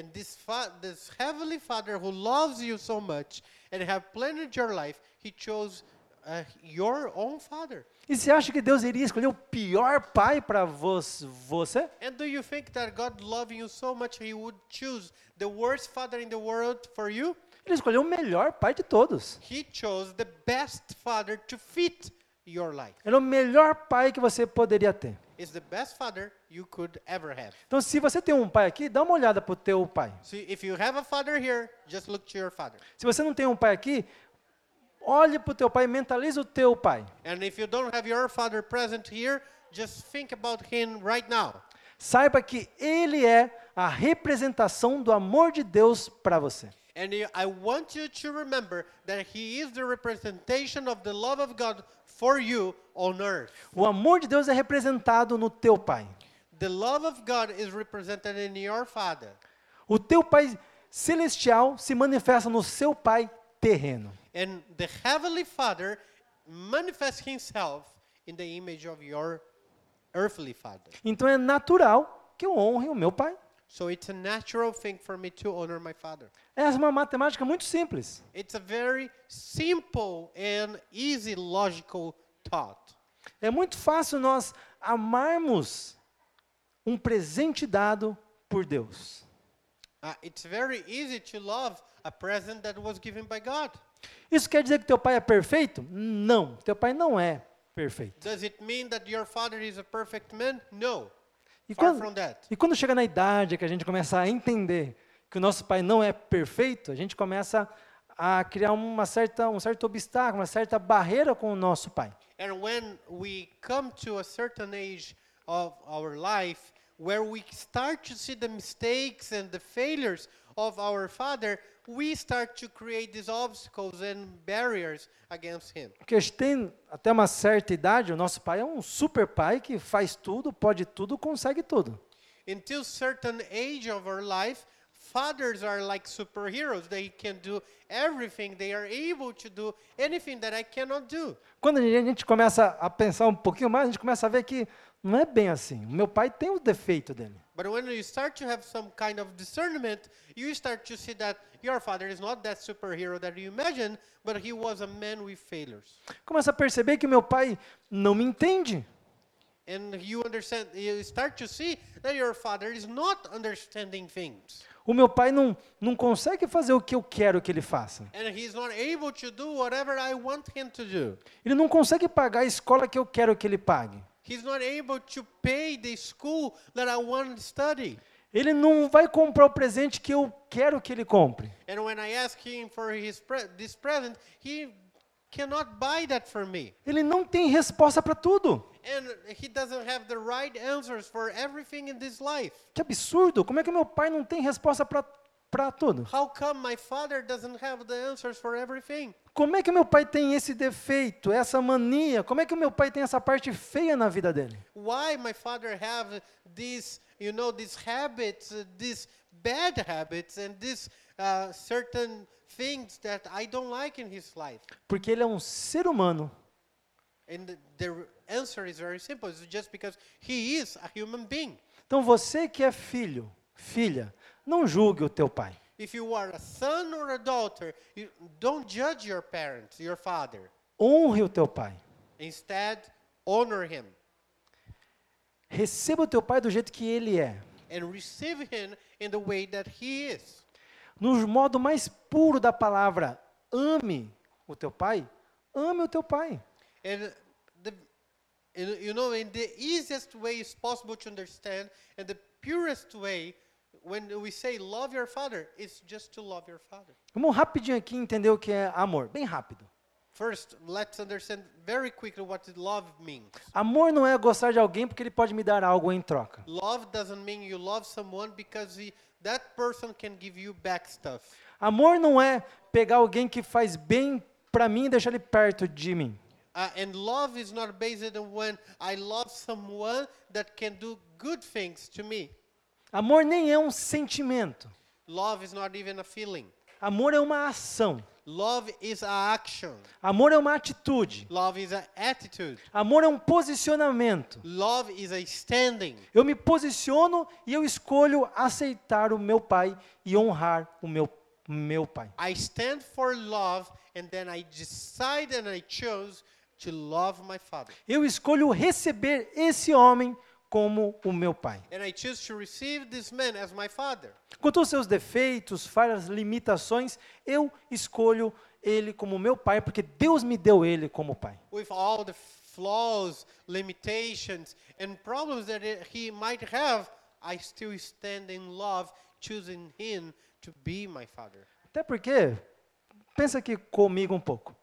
Speaker 2: and this, fa- this Heavenly Father who loves you so much and have planned your life, He chose uh, your own Father.
Speaker 1: E você acha que Deus iria escolher o pior pai para você?
Speaker 2: And do you think that God loving you so much, He would choose the worst father in the world for you?
Speaker 1: Ele escolheu o melhor pai de todos.
Speaker 2: He chose the best father to fit your life.
Speaker 1: Ele é o melhor pai que você poderia ter.
Speaker 2: It's the best father you could ever have.
Speaker 1: Então, se você tem um pai aqui, dá uma olhada para o teu pai.
Speaker 2: So if you have a father here, just look to your father.
Speaker 1: Se você não tem um pai aqui, olhe para o teu pai, mentalize o teu pai.
Speaker 2: And if you don't have your father present here, just think about him right now.
Speaker 1: Saiba que ele é a representação do amor de Deus para você.
Speaker 2: And you- I want you to remember that he is the representation of the love of God for you on earth.
Speaker 1: O amor de Deus é representado no teu pai.
Speaker 2: The love of God is represented in your father.
Speaker 1: O teu pai celestial se manifesta no seu pai terreno.
Speaker 2: And the heavenly Father manifests himself in the image of your earthly father.
Speaker 1: Então é natural que eu honre o meu pai.
Speaker 2: So it's a natural thing for me to honor my father.
Speaker 1: Essa é uma matemática muito simples.
Speaker 2: It's a very simple and easy logical thought.
Speaker 1: É muito fácil nós amarmos um presente dado por Deus.
Speaker 2: Uh, it's very easy to love a present that was given by God.
Speaker 1: Isso quer dizer que teu pai é perfeito? Não, teu pai não é perfeito.
Speaker 2: Does it mean that your father is a perfect man? No.
Speaker 1: E
Speaker 2: Far
Speaker 1: quando,
Speaker 2: from that.
Speaker 1: e quando chega na idade que a gente começa a entender que o nosso pai não é perfeito, a gente começa a criar uma certa, um certo obstáculo, uma certa barreira com o nosso pai.
Speaker 2: And when we come to a certain age of our life where we start to see the mistakes and the failures of our father, we start to create these obstacles and barriers against him.
Speaker 1: Porque a gente tem até uma certa idade, o nosso pai é um super pai que faz tudo, pode tudo, consegue tudo.
Speaker 2: Until certain age of our life, fathers are like superheroes. They can do everything. They are able to do anything that I cannot do.
Speaker 1: Quando a gente começa a pensar um pouquinho mais, a gente começa a ver que não é bem assim. O meu pai tem o defeito dele.
Speaker 2: But when you start to have some kind of discernment, you start to see that your father is not that superhero that you imagine, but he was a man with failures.
Speaker 1: Começa a perceber que o meu pai não me entende.
Speaker 2: And you understand, you start to see that your father is not understanding things.
Speaker 1: O meu pai não, não consegue fazer o que eu quero que ele faça.
Speaker 2: And he's not able to do whatever I want him to do.
Speaker 1: Ele não consegue pagar a escola que eu quero que ele pague.
Speaker 2: He's not able to pay the school that I want to study.
Speaker 1: Ele não vai comprar o presente que eu quero que ele compre.
Speaker 2: And when I ask him for his pre- this present, he cannot buy that for me.
Speaker 1: Ele não tem resposta para tudo.
Speaker 2: And he doesn't have the right answers for everything in this life.
Speaker 1: Que absurdo! Como é que meu pai não tem resposta para tudo?
Speaker 2: How come my father doesn't have the answers for everything?
Speaker 1: Como é que meu pai tem esse defeito, essa mania? Como é que meu pai tem essa parte feia na vida dele?
Speaker 2: Why my father have these, you know, these habits, uh, these bad habits, and these uh, certain things that I don't like in his life?
Speaker 1: Porque ele é um ser humano.
Speaker 2: And the, the answer is very simple. It's just because he is a human being.
Speaker 1: Então você que é filho, filha, não julgue o teu pai.
Speaker 2: If you are a son or a daughter, you don't judge your parents, your father.
Speaker 1: Honre o teu pai.
Speaker 2: Instead, honor him
Speaker 1: Receba o teu pai do jeito que ele é,
Speaker 2: and receive him in the way that he is.
Speaker 1: no modo mais puro da palavra. Ame o teu pai. Ame o teu pai.
Speaker 2: And the, and, you know, in the easiest way is possible to understand, and the purest way, when we say love your father, it's just to love your father.
Speaker 1: Vamos rapidinho aqui entender o que é amor, bem rápido.
Speaker 2: First, let's understand very quickly what love means.
Speaker 1: Amor não é gostar de alguém porque ele pode me dar algo em troca.
Speaker 2: Love doesn't mean you love someone because he, that person can give you back stuff.
Speaker 1: Amor não é pegar alguém que faz bem para mim e deixar ele perto de mim.
Speaker 2: Uh, and love is not based on when I love someone that can do good things to me.
Speaker 1: Amor nem é um sentimento.
Speaker 2: Love is not even a feeling.
Speaker 1: Amor é uma ação.
Speaker 2: Love is an action.
Speaker 1: Amor é uma atitude.
Speaker 2: Love is an attitude.
Speaker 1: Amor é um posicionamento.
Speaker 2: Love is a standing.
Speaker 1: Eu me posiciono e eu escolho aceitar o meu pai e honrar o meu meu pai.
Speaker 2: I stand for love and then I decide and I chose to love my father.
Speaker 1: Eu escolho receber esse homem como o meu pai.
Speaker 2: And I choose to receive this man as my father.
Speaker 1: Quanto aos seus defeitos, falhas, limitações, eu escolho ele como meu pai porque Deus me deu ele como pai.
Speaker 2: With all the flaws, limitations, and problems that i- he might have, I still stand in love, choosing him to be my father.
Speaker 1: Até porque pensa aqui comigo um pouco.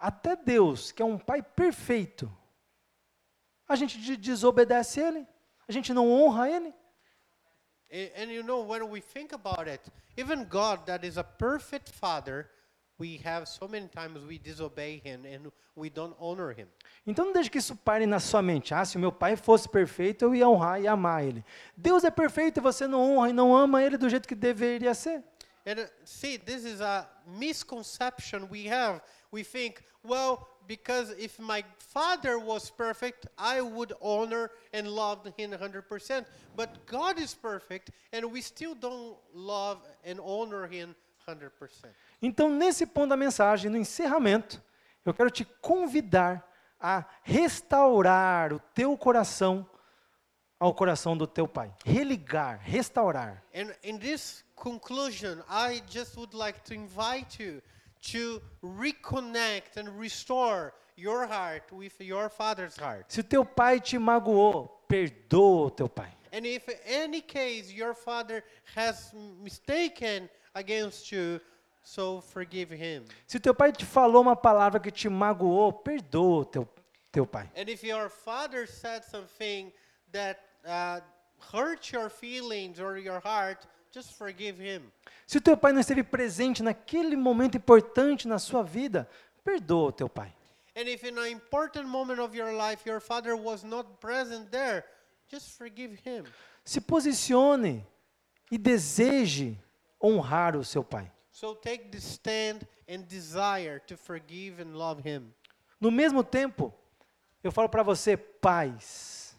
Speaker 1: Até Deus, que é um pai perfeito, a gente de- desobedece ele, a gente não honra ele.
Speaker 2: A- And you know, when we think about it, even God, that is a perfect father, we have so many times we disobey him and we don't honor him.
Speaker 1: Então não deixe que isso pare na sua mente. Ah, se o meu pai fosse perfeito, eu ia honrar e amar ele. Deus é perfeito e você não honra e não ama ele do jeito que deveria ser.
Speaker 2: And uh, see, this is a misconception we have. We think, well, because if my father was perfect, I would honor and love him 100%. But God is perfect, and we still don't love and honor him 100%.
Speaker 1: Então, nesse ponto da mensagem, no encerramento, eu quero te convidar a restaurar o teu coração ao coração do teu pai. Religar, restaurar.
Speaker 2: And in this conclusion, I just would like to invite you to reconnect and restore your heart with your father's heart.
Speaker 1: Se o teu pai te magoou, perdoa o teu pai.
Speaker 2: And if in any case your father has mistaken against you, so forgive him.
Speaker 1: Se o teu pai te falou uma palavra que te magoou, perdoa o teu, teu pai.
Speaker 2: And if your father said something that uh, hurt your feelings or your heart, just forgive him.
Speaker 1: Se o teu pai não esteve presente naquele momento importante na sua vida, perdoa o teu pai.
Speaker 2: And if in an important moment of your life your father was not present there, just forgive him.
Speaker 1: Se posicione e deseje honrar o seu pai.
Speaker 2: So take the stand and desire to forgive and love him.
Speaker 1: No mesmo tempo, eu falo para você, pais,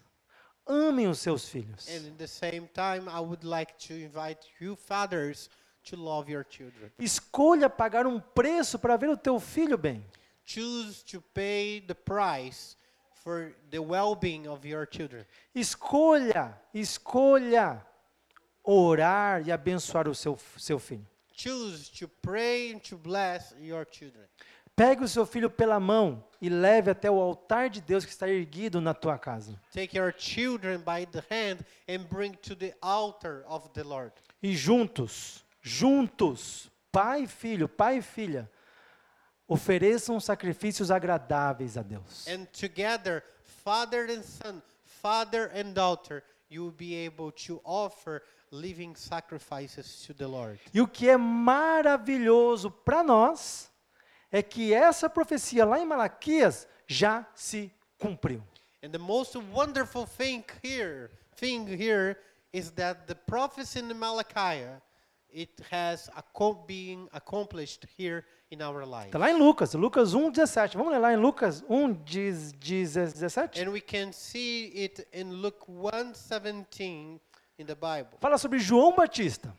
Speaker 1: amem os seus filhos.
Speaker 2: And in the same time, I would like to invite you fathers to love your children.
Speaker 1: Escolha pagar um preço para ver o teu filho bem.
Speaker 2: Choose to pay the price for the well-being of your children.
Speaker 1: Escolha, escolha orar e abençoar o seu, seu filho.
Speaker 2: Choose to pray and to bless your children.
Speaker 1: Pegue o seu filho pela mão e leve até o altar de Deus que está erguido na tua casa.
Speaker 2: Take your children by the hand and bring to the altar of the Lord.
Speaker 1: E juntos, juntos, pai e filho, pai e filha, ofereçam sacrifícios agradáveis a Deus.
Speaker 2: And together, father and son, father and daughter, you will be able to offer living sacrifices to the Lord.
Speaker 1: E o que é maravilhoso para nós é que essa profecia lá em Malaquias já se cumpriu.
Speaker 2: And the most wonderful thing here, thing here is that the prophecy in Malachi, it has acco- being accomplished here in our life.
Speaker 1: Está Tá lá em Lucas, Lucas 1, 17. Vamos ler lá em Lucas 1, 17?
Speaker 2: And we can see it in Luke 1:17 in the Bible.
Speaker 1: Fala sobre João Batista.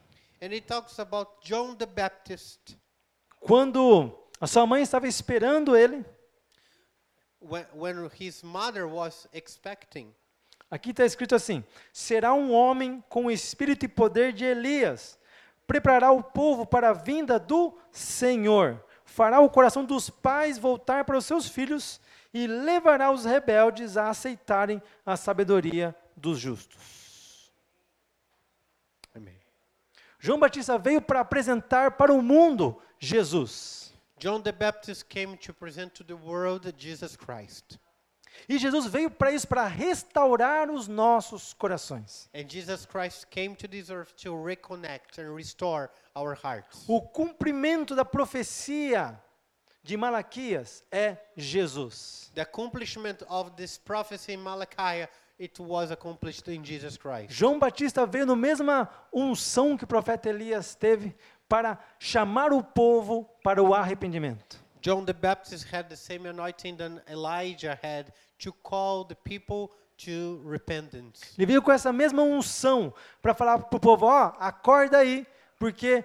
Speaker 2: And it talks about John the Baptist.
Speaker 1: Quando a sua mãe estava esperando ele,
Speaker 2: when, when his mother was expecting.
Speaker 1: aqui está escrito assim: será um homem com o espírito e poder de Elias, preparará o povo para a vinda do Senhor, fará o coração dos pais voltar para os seus filhos e levará os rebeldes a aceitarem a sabedoria dos justos.
Speaker 2: Amém.
Speaker 1: João Batista veio para apresentar para o mundo Jesus.
Speaker 2: John the Baptist came to present to the world Jesus Christ.
Speaker 1: E Jesus veio para isso, para restaurar os nossos corações.
Speaker 2: And Jesus Christ came to this earth to reconnect and restore our hearts.
Speaker 1: O cumprimento da profecia de Malaquias é Jesus.
Speaker 2: The accomplishment of this prophecy in Malachi, it was accomplished in Jesus Christ.
Speaker 1: João Batista veio no mesma unção que o profeta Elias teve para chamar o povo para o arrependimento.
Speaker 2: John the Baptist had the same anointing that Elijah had to call the people to repentance.
Speaker 1: Ele veio com essa mesma unção para falar para o povo: ó, acorda aí, porque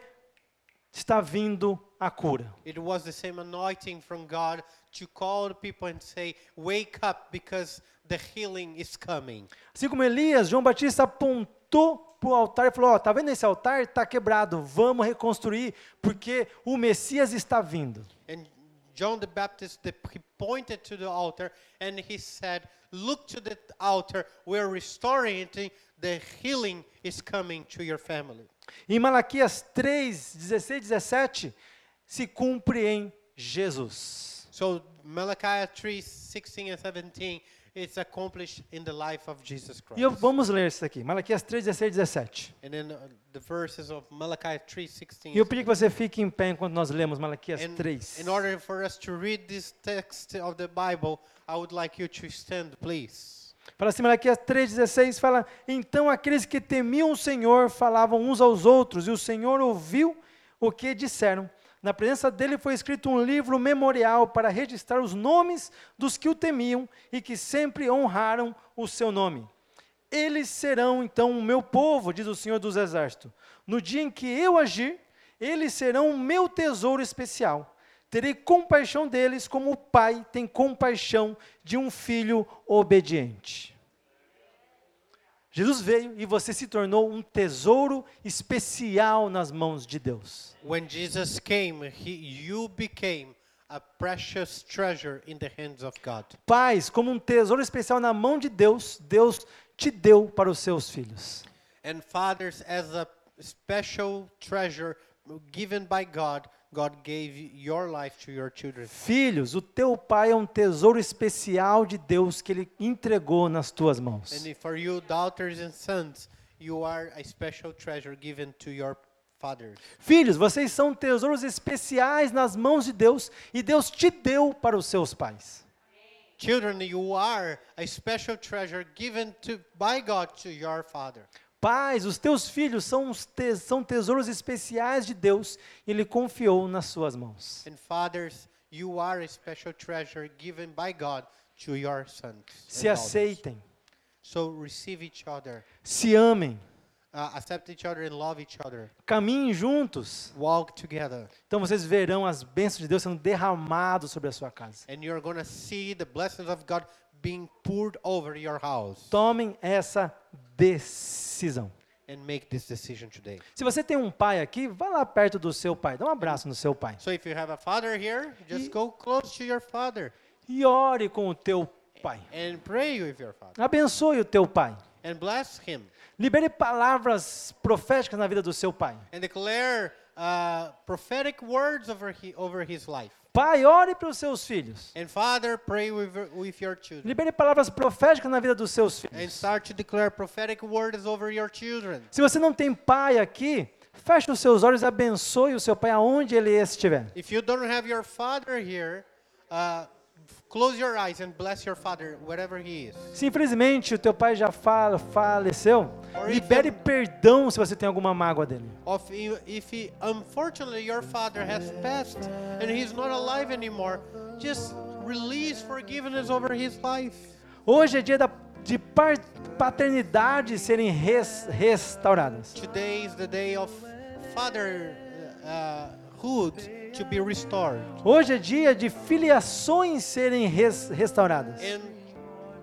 Speaker 1: está vindo a cura.
Speaker 2: It was the same anointing from God to call the people and say, Wake up because the healing is coming.
Speaker 1: Assim como Elias, João Batista apontou para o altar e falou: Ó, tá vendo esse altar? Está quebrado, vamos reconstruir, porque o Messias está vindo.
Speaker 2: And John the Baptist the, he pointed to the altar and he said, Look to the altar, we're restoring it, the healing is coming to your family.
Speaker 1: Em Malaquias 3, 16, 17, se cumpre em Jesus.
Speaker 2: So Malachi 3 16 and 17 it's accomplished in the life of Jesus Christ.
Speaker 1: E eu- vamos ler isso aqui, Malaquias 3, 16, 17.
Speaker 2: And then uh, the verses of Malachi 3 16
Speaker 1: E eu pedi que você fique em pé enquanto nós lemos Malaquias
Speaker 2: And
Speaker 1: 3.
Speaker 2: in order for us to read this text of the Bible, I would like you to stand, please.
Speaker 1: Fala assim, Malaquias 3,16 fala: Então aqueles que temiam o Senhor falavam uns aos outros, e o Senhor ouviu o que disseram. Na presença dele foi escrito um livro memorial para registrar os nomes dos que o temiam e que sempre honraram o seu nome. Eles serão então o meu povo, diz o Senhor dos Exércitos. No dia em que eu agir, eles serão o meu tesouro especial. Terei compaixão deles como o pai tem compaixão de um filho obediente. Jesus veio e você se tornou um tesouro especial nas mãos de Deus.
Speaker 2: When Jesus came, he, you became a precious treasure in the hands of God.
Speaker 1: Pais, como um tesouro especial na mão de Deus, Deus te deu para os seus filhos.
Speaker 2: And fathers, as a special treasure given by God, God gave your life to your children.
Speaker 1: Filhos, o teu pai é um tesouro especial de Deus que ele entregou nas tuas mãos.
Speaker 2: And for you, daughters and sons, you are a special treasure given to your fathers.
Speaker 1: Filhos, vocês são tesouros especiais nas mãos de Deus e Deus te deu para os seus pais.
Speaker 2: Children, you are a special treasure given to by God to your father.
Speaker 1: Pais, os teus filhos são, os te- são tesouros especiais de Deus e Ele confiou nas suas mãos.
Speaker 2: And fathers, you are a special treasure given by God to your sons. and
Speaker 1: Se
Speaker 2: daughters.
Speaker 1: aceitem,
Speaker 2: So receive each other,
Speaker 1: se amem,
Speaker 2: uh, accept each other, and love each other.
Speaker 1: caminhem juntos.
Speaker 2: Walk together,
Speaker 1: Então vocês verão as bênçãos de Deus sendo derramadas sobre a sua casa.
Speaker 2: and you're gonna see the blessings of God being poured over your house.
Speaker 1: Tomem essa decisão.
Speaker 2: And make this decision today.
Speaker 1: Se você tem um pai aqui, vá lá perto do seu pai, dá um abraço no seu pai
Speaker 2: So if you have a father here, just
Speaker 1: E-
Speaker 2: go close to your father
Speaker 1: e ore com o teu pai.
Speaker 2: and pray with your father
Speaker 1: Abençoe o teu pai.
Speaker 2: and bless him
Speaker 1: Libere palavras proféticas na vida do seu pai.
Speaker 2: and declare uh, prophetic words over he, over his life.
Speaker 1: Pai, ore para os seus filhos.
Speaker 2: And father, pray with, your- with your children
Speaker 1: Libere palavras proféticas na vida dos seus
Speaker 2: and
Speaker 1: filhos.
Speaker 2: start to declare prophetic words over your children.
Speaker 1: Se você não tem pai aqui, feche os seus olhos e abençoe o seu pai aonde ele estiver.
Speaker 2: If you don't have your father here, uh, f- close your eyes and bless your father wherever he is.
Speaker 1: Se infelizmente o teu pai já fa- faleceu, libere perdão se você tem alguma mágoa dele.
Speaker 2: Of you- if he, unfortunately your father has passed and he's not alive anymore, just release forgiveness over his life.
Speaker 1: Hoje é dia da, de par- paternidades serem res- restauradas.
Speaker 2: Today is the day of fatherhood to be restored
Speaker 1: Hoje é dia de filiações serem res- restauradas.
Speaker 2: and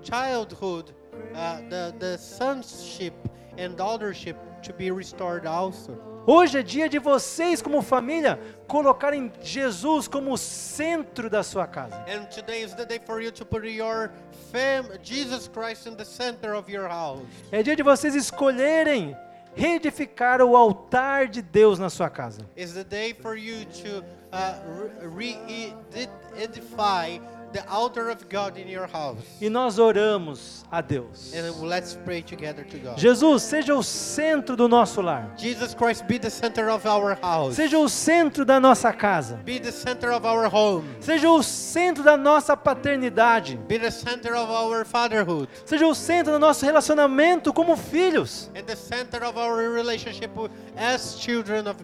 Speaker 2: childhood, uh, the the sonship and daughtership to be restored also.
Speaker 1: Hoje é dia de vocês, como família, colocarem Jesus como o centro da sua casa.
Speaker 2: And today is the day for you to put your fam Jesus Christ in the center of your house.
Speaker 1: É dia de vocês escolherem reedificar o altar de Deus na sua casa.
Speaker 2: It's the day for you to uh, re-edify the altar of God in your house.
Speaker 1: E nós oramos a Deus.
Speaker 2: And let's pray together to God.
Speaker 1: Jesus, seja o centro do nosso lar.
Speaker 2: Jesus Christ, be the center of our house.
Speaker 1: Seja o centro da nossa casa.
Speaker 2: Be the center of our home.
Speaker 1: Seja o centro da nossa paternidade.
Speaker 2: Be the center of our fatherhood.
Speaker 1: Seja o centro do nosso relacionamento como filhos.
Speaker 2: And the center of our relationship with- as children of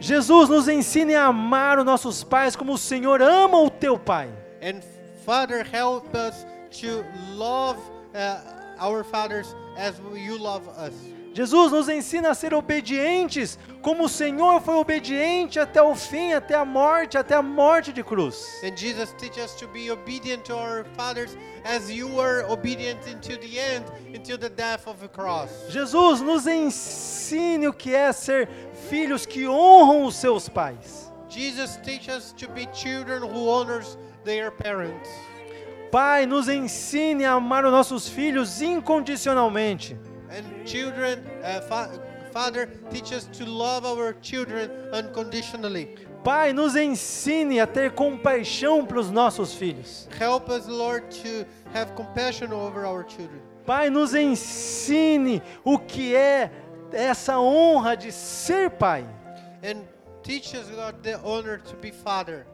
Speaker 1: Jesus nos ensine a amar os nossos pais como o Senhor ama o teu pai.
Speaker 2: And Father, help us to love uh, our fathers as you love us.
Speaker 1: Jesus nos ensina a ser obedientes, como o Senhor foi obediente até o fim, até a morte, até a morte de cruz.
Speaker 2: And Jesus, teach us to be obedient to our fathers as you were obedient until the end, until the death of the cross.
Speaker 1: Jesus nos ensine o que é ser filhos que honram os seus pais.
Speaker 2: Jesus, teach us to be children who honors their parents.
Speaker 1: Pai, nos ensine a amar os nossos filhos incondicionalmente.
Speaker 2: And children, uh, fa- Father, teach us to love our children unconditionally.
Speaker 1: Pai, nos ensine a ter compaixão pelos nossos filhos.
Speaker 2: Help us, Lord, to have compassion over our children.
Speaker 1: Pai, nos ensine o que é essa honra de ser pai.
Speaker 2: and teach us God the honor to be father.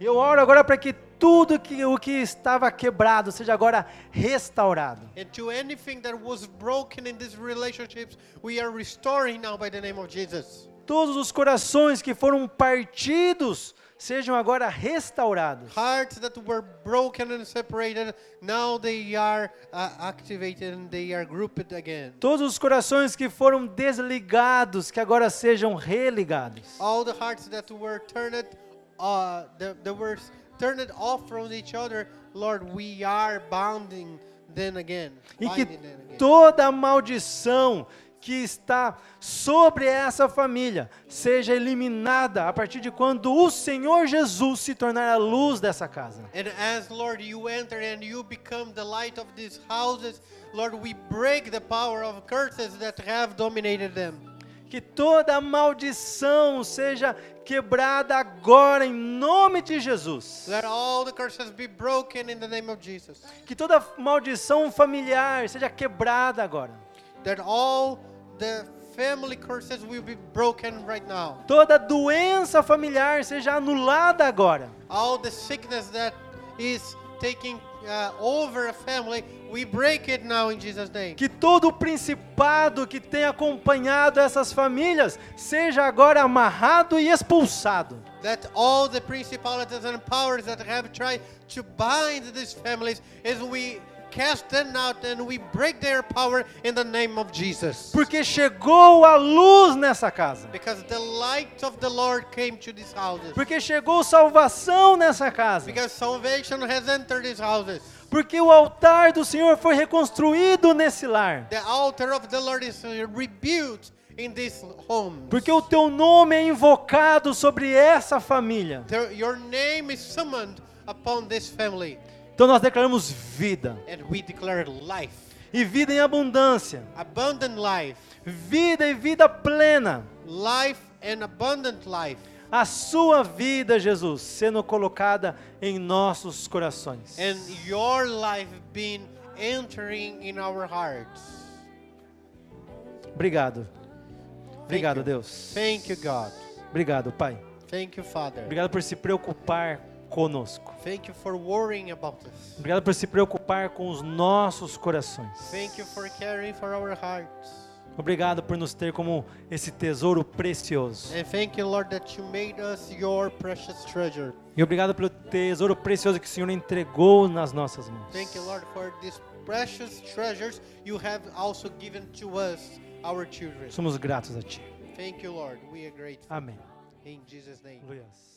Speaker 1: Eu oro agora para que tudo que, o que estava quebrado seja agora restaurado.
Speaker 2: And to anything that was broken in these relationships, we are restoring now by the name of Jesus.
Speaker 1: Todos os corações que foram partidos sejam agora restaurados.
Speaker 2: Hearts that were broken and separated, now they are uh, activated and they are grouped again.
Speaker 1: Todos os corações que foram desligados, que agora sejam religados.
Speaker 2: All the hearts that were turned, uh, that, that were turned off from each other, Lord, we are bounding then again,
Speaker 1: e que
Speaker 2: binding them again.
Speaker 1: toda a maldição que está sobre essa família seja eliminada a partir de quando o Senhor Jesus se tornar a luz dessa casa.
Speaker 2: And as Lord, you enter and you become the light of these houses, Lord, we break the power of curses that have dominated them.
Speaker 1: Que toda a maldição seja quebrada agora em nome de Jesus.
Speaker 2: Let all the curses be broken in the name of Jesus.
Speaker 1: Que toda maldição familiar seja quebrada agora.
Speaker 2: That all the family curses will be broken right now.
Speaker 1: Toda doença familiar seja anulada agora.
Speaker 2: All the sickness that is taking uh, over a family, we break it now in Jesus' name.
Speaker 1: Que todo o principado que tem acompanhado essas famílias seja agora amarrado e expulsado.
Speaker 2: That all the principalities and powers that have tried to bind these families is we cast them out and we break their power in the name of Jesus.
Speaker 1: Porque chegou a luz nessa casa.
Speaker 2: Because the light of the Lord came to these houses.
Speaker 1: Porque chegou salvação nessa casa.
Speaker 2: Because salvation has entered these houses.
Speaker 1: Porque o altar do Senhor foi reconstruído nesse lar.
Speaker 2: The altar of the Lord is uh, rebuilt in this home.
Speaker 1: Porque o teu nome é invocado sobre essa família.
Speaker 2: There- Your name is summoned upon this family.
Speaker 1: Então nós declaramos vida.
Speaker 2: And we declare life,
Speaker 1: E vida em abundância.
Speaker 2: abundant life,
Speaker 1: Vida e vida plena.
Speaker 2: life and abundant life.
Speaker 1: A sua vida, Jesus, sendo colocada em nossos corações.
Speaker 2: And your life being entering in our hearts.
Speaker 1: Obrigado. Obrigado,
Speaker 2: you.
Speaker 1: Deus.
Speaker 2: Thank you, God.
Speaker 1: Obrigado, Pai.
Speaker 2: Thank you, Father.
Speaker 1: Obrigado por se preocupar conosco.
Speaker 2: Thank you for worrying about us.
Speaker 1: Obrigado por se preocupar com os nossos corações.
Speaker 2: Thank you for caring for our hearts.
Speaker 1: Obrigado por nos ter como esse tesouro precioso.
Speaker 2: And thank you, Lord, that you made us your precious treasure.
Speaker 1: E obrigado pelo tesouro precioso que o Senhor entregou nas nossas mãos.
Speaker 2: Thank you, Lord, for these precious treasures you have also given to us, our children.
Speaker 1: Somos gratos a Ti.
Speaker 2: Thank you, Lord. We are grateful.
Speaker 1: Amém.
Speaker 2: In Jesus' name.
Speaker 1: Aleluia.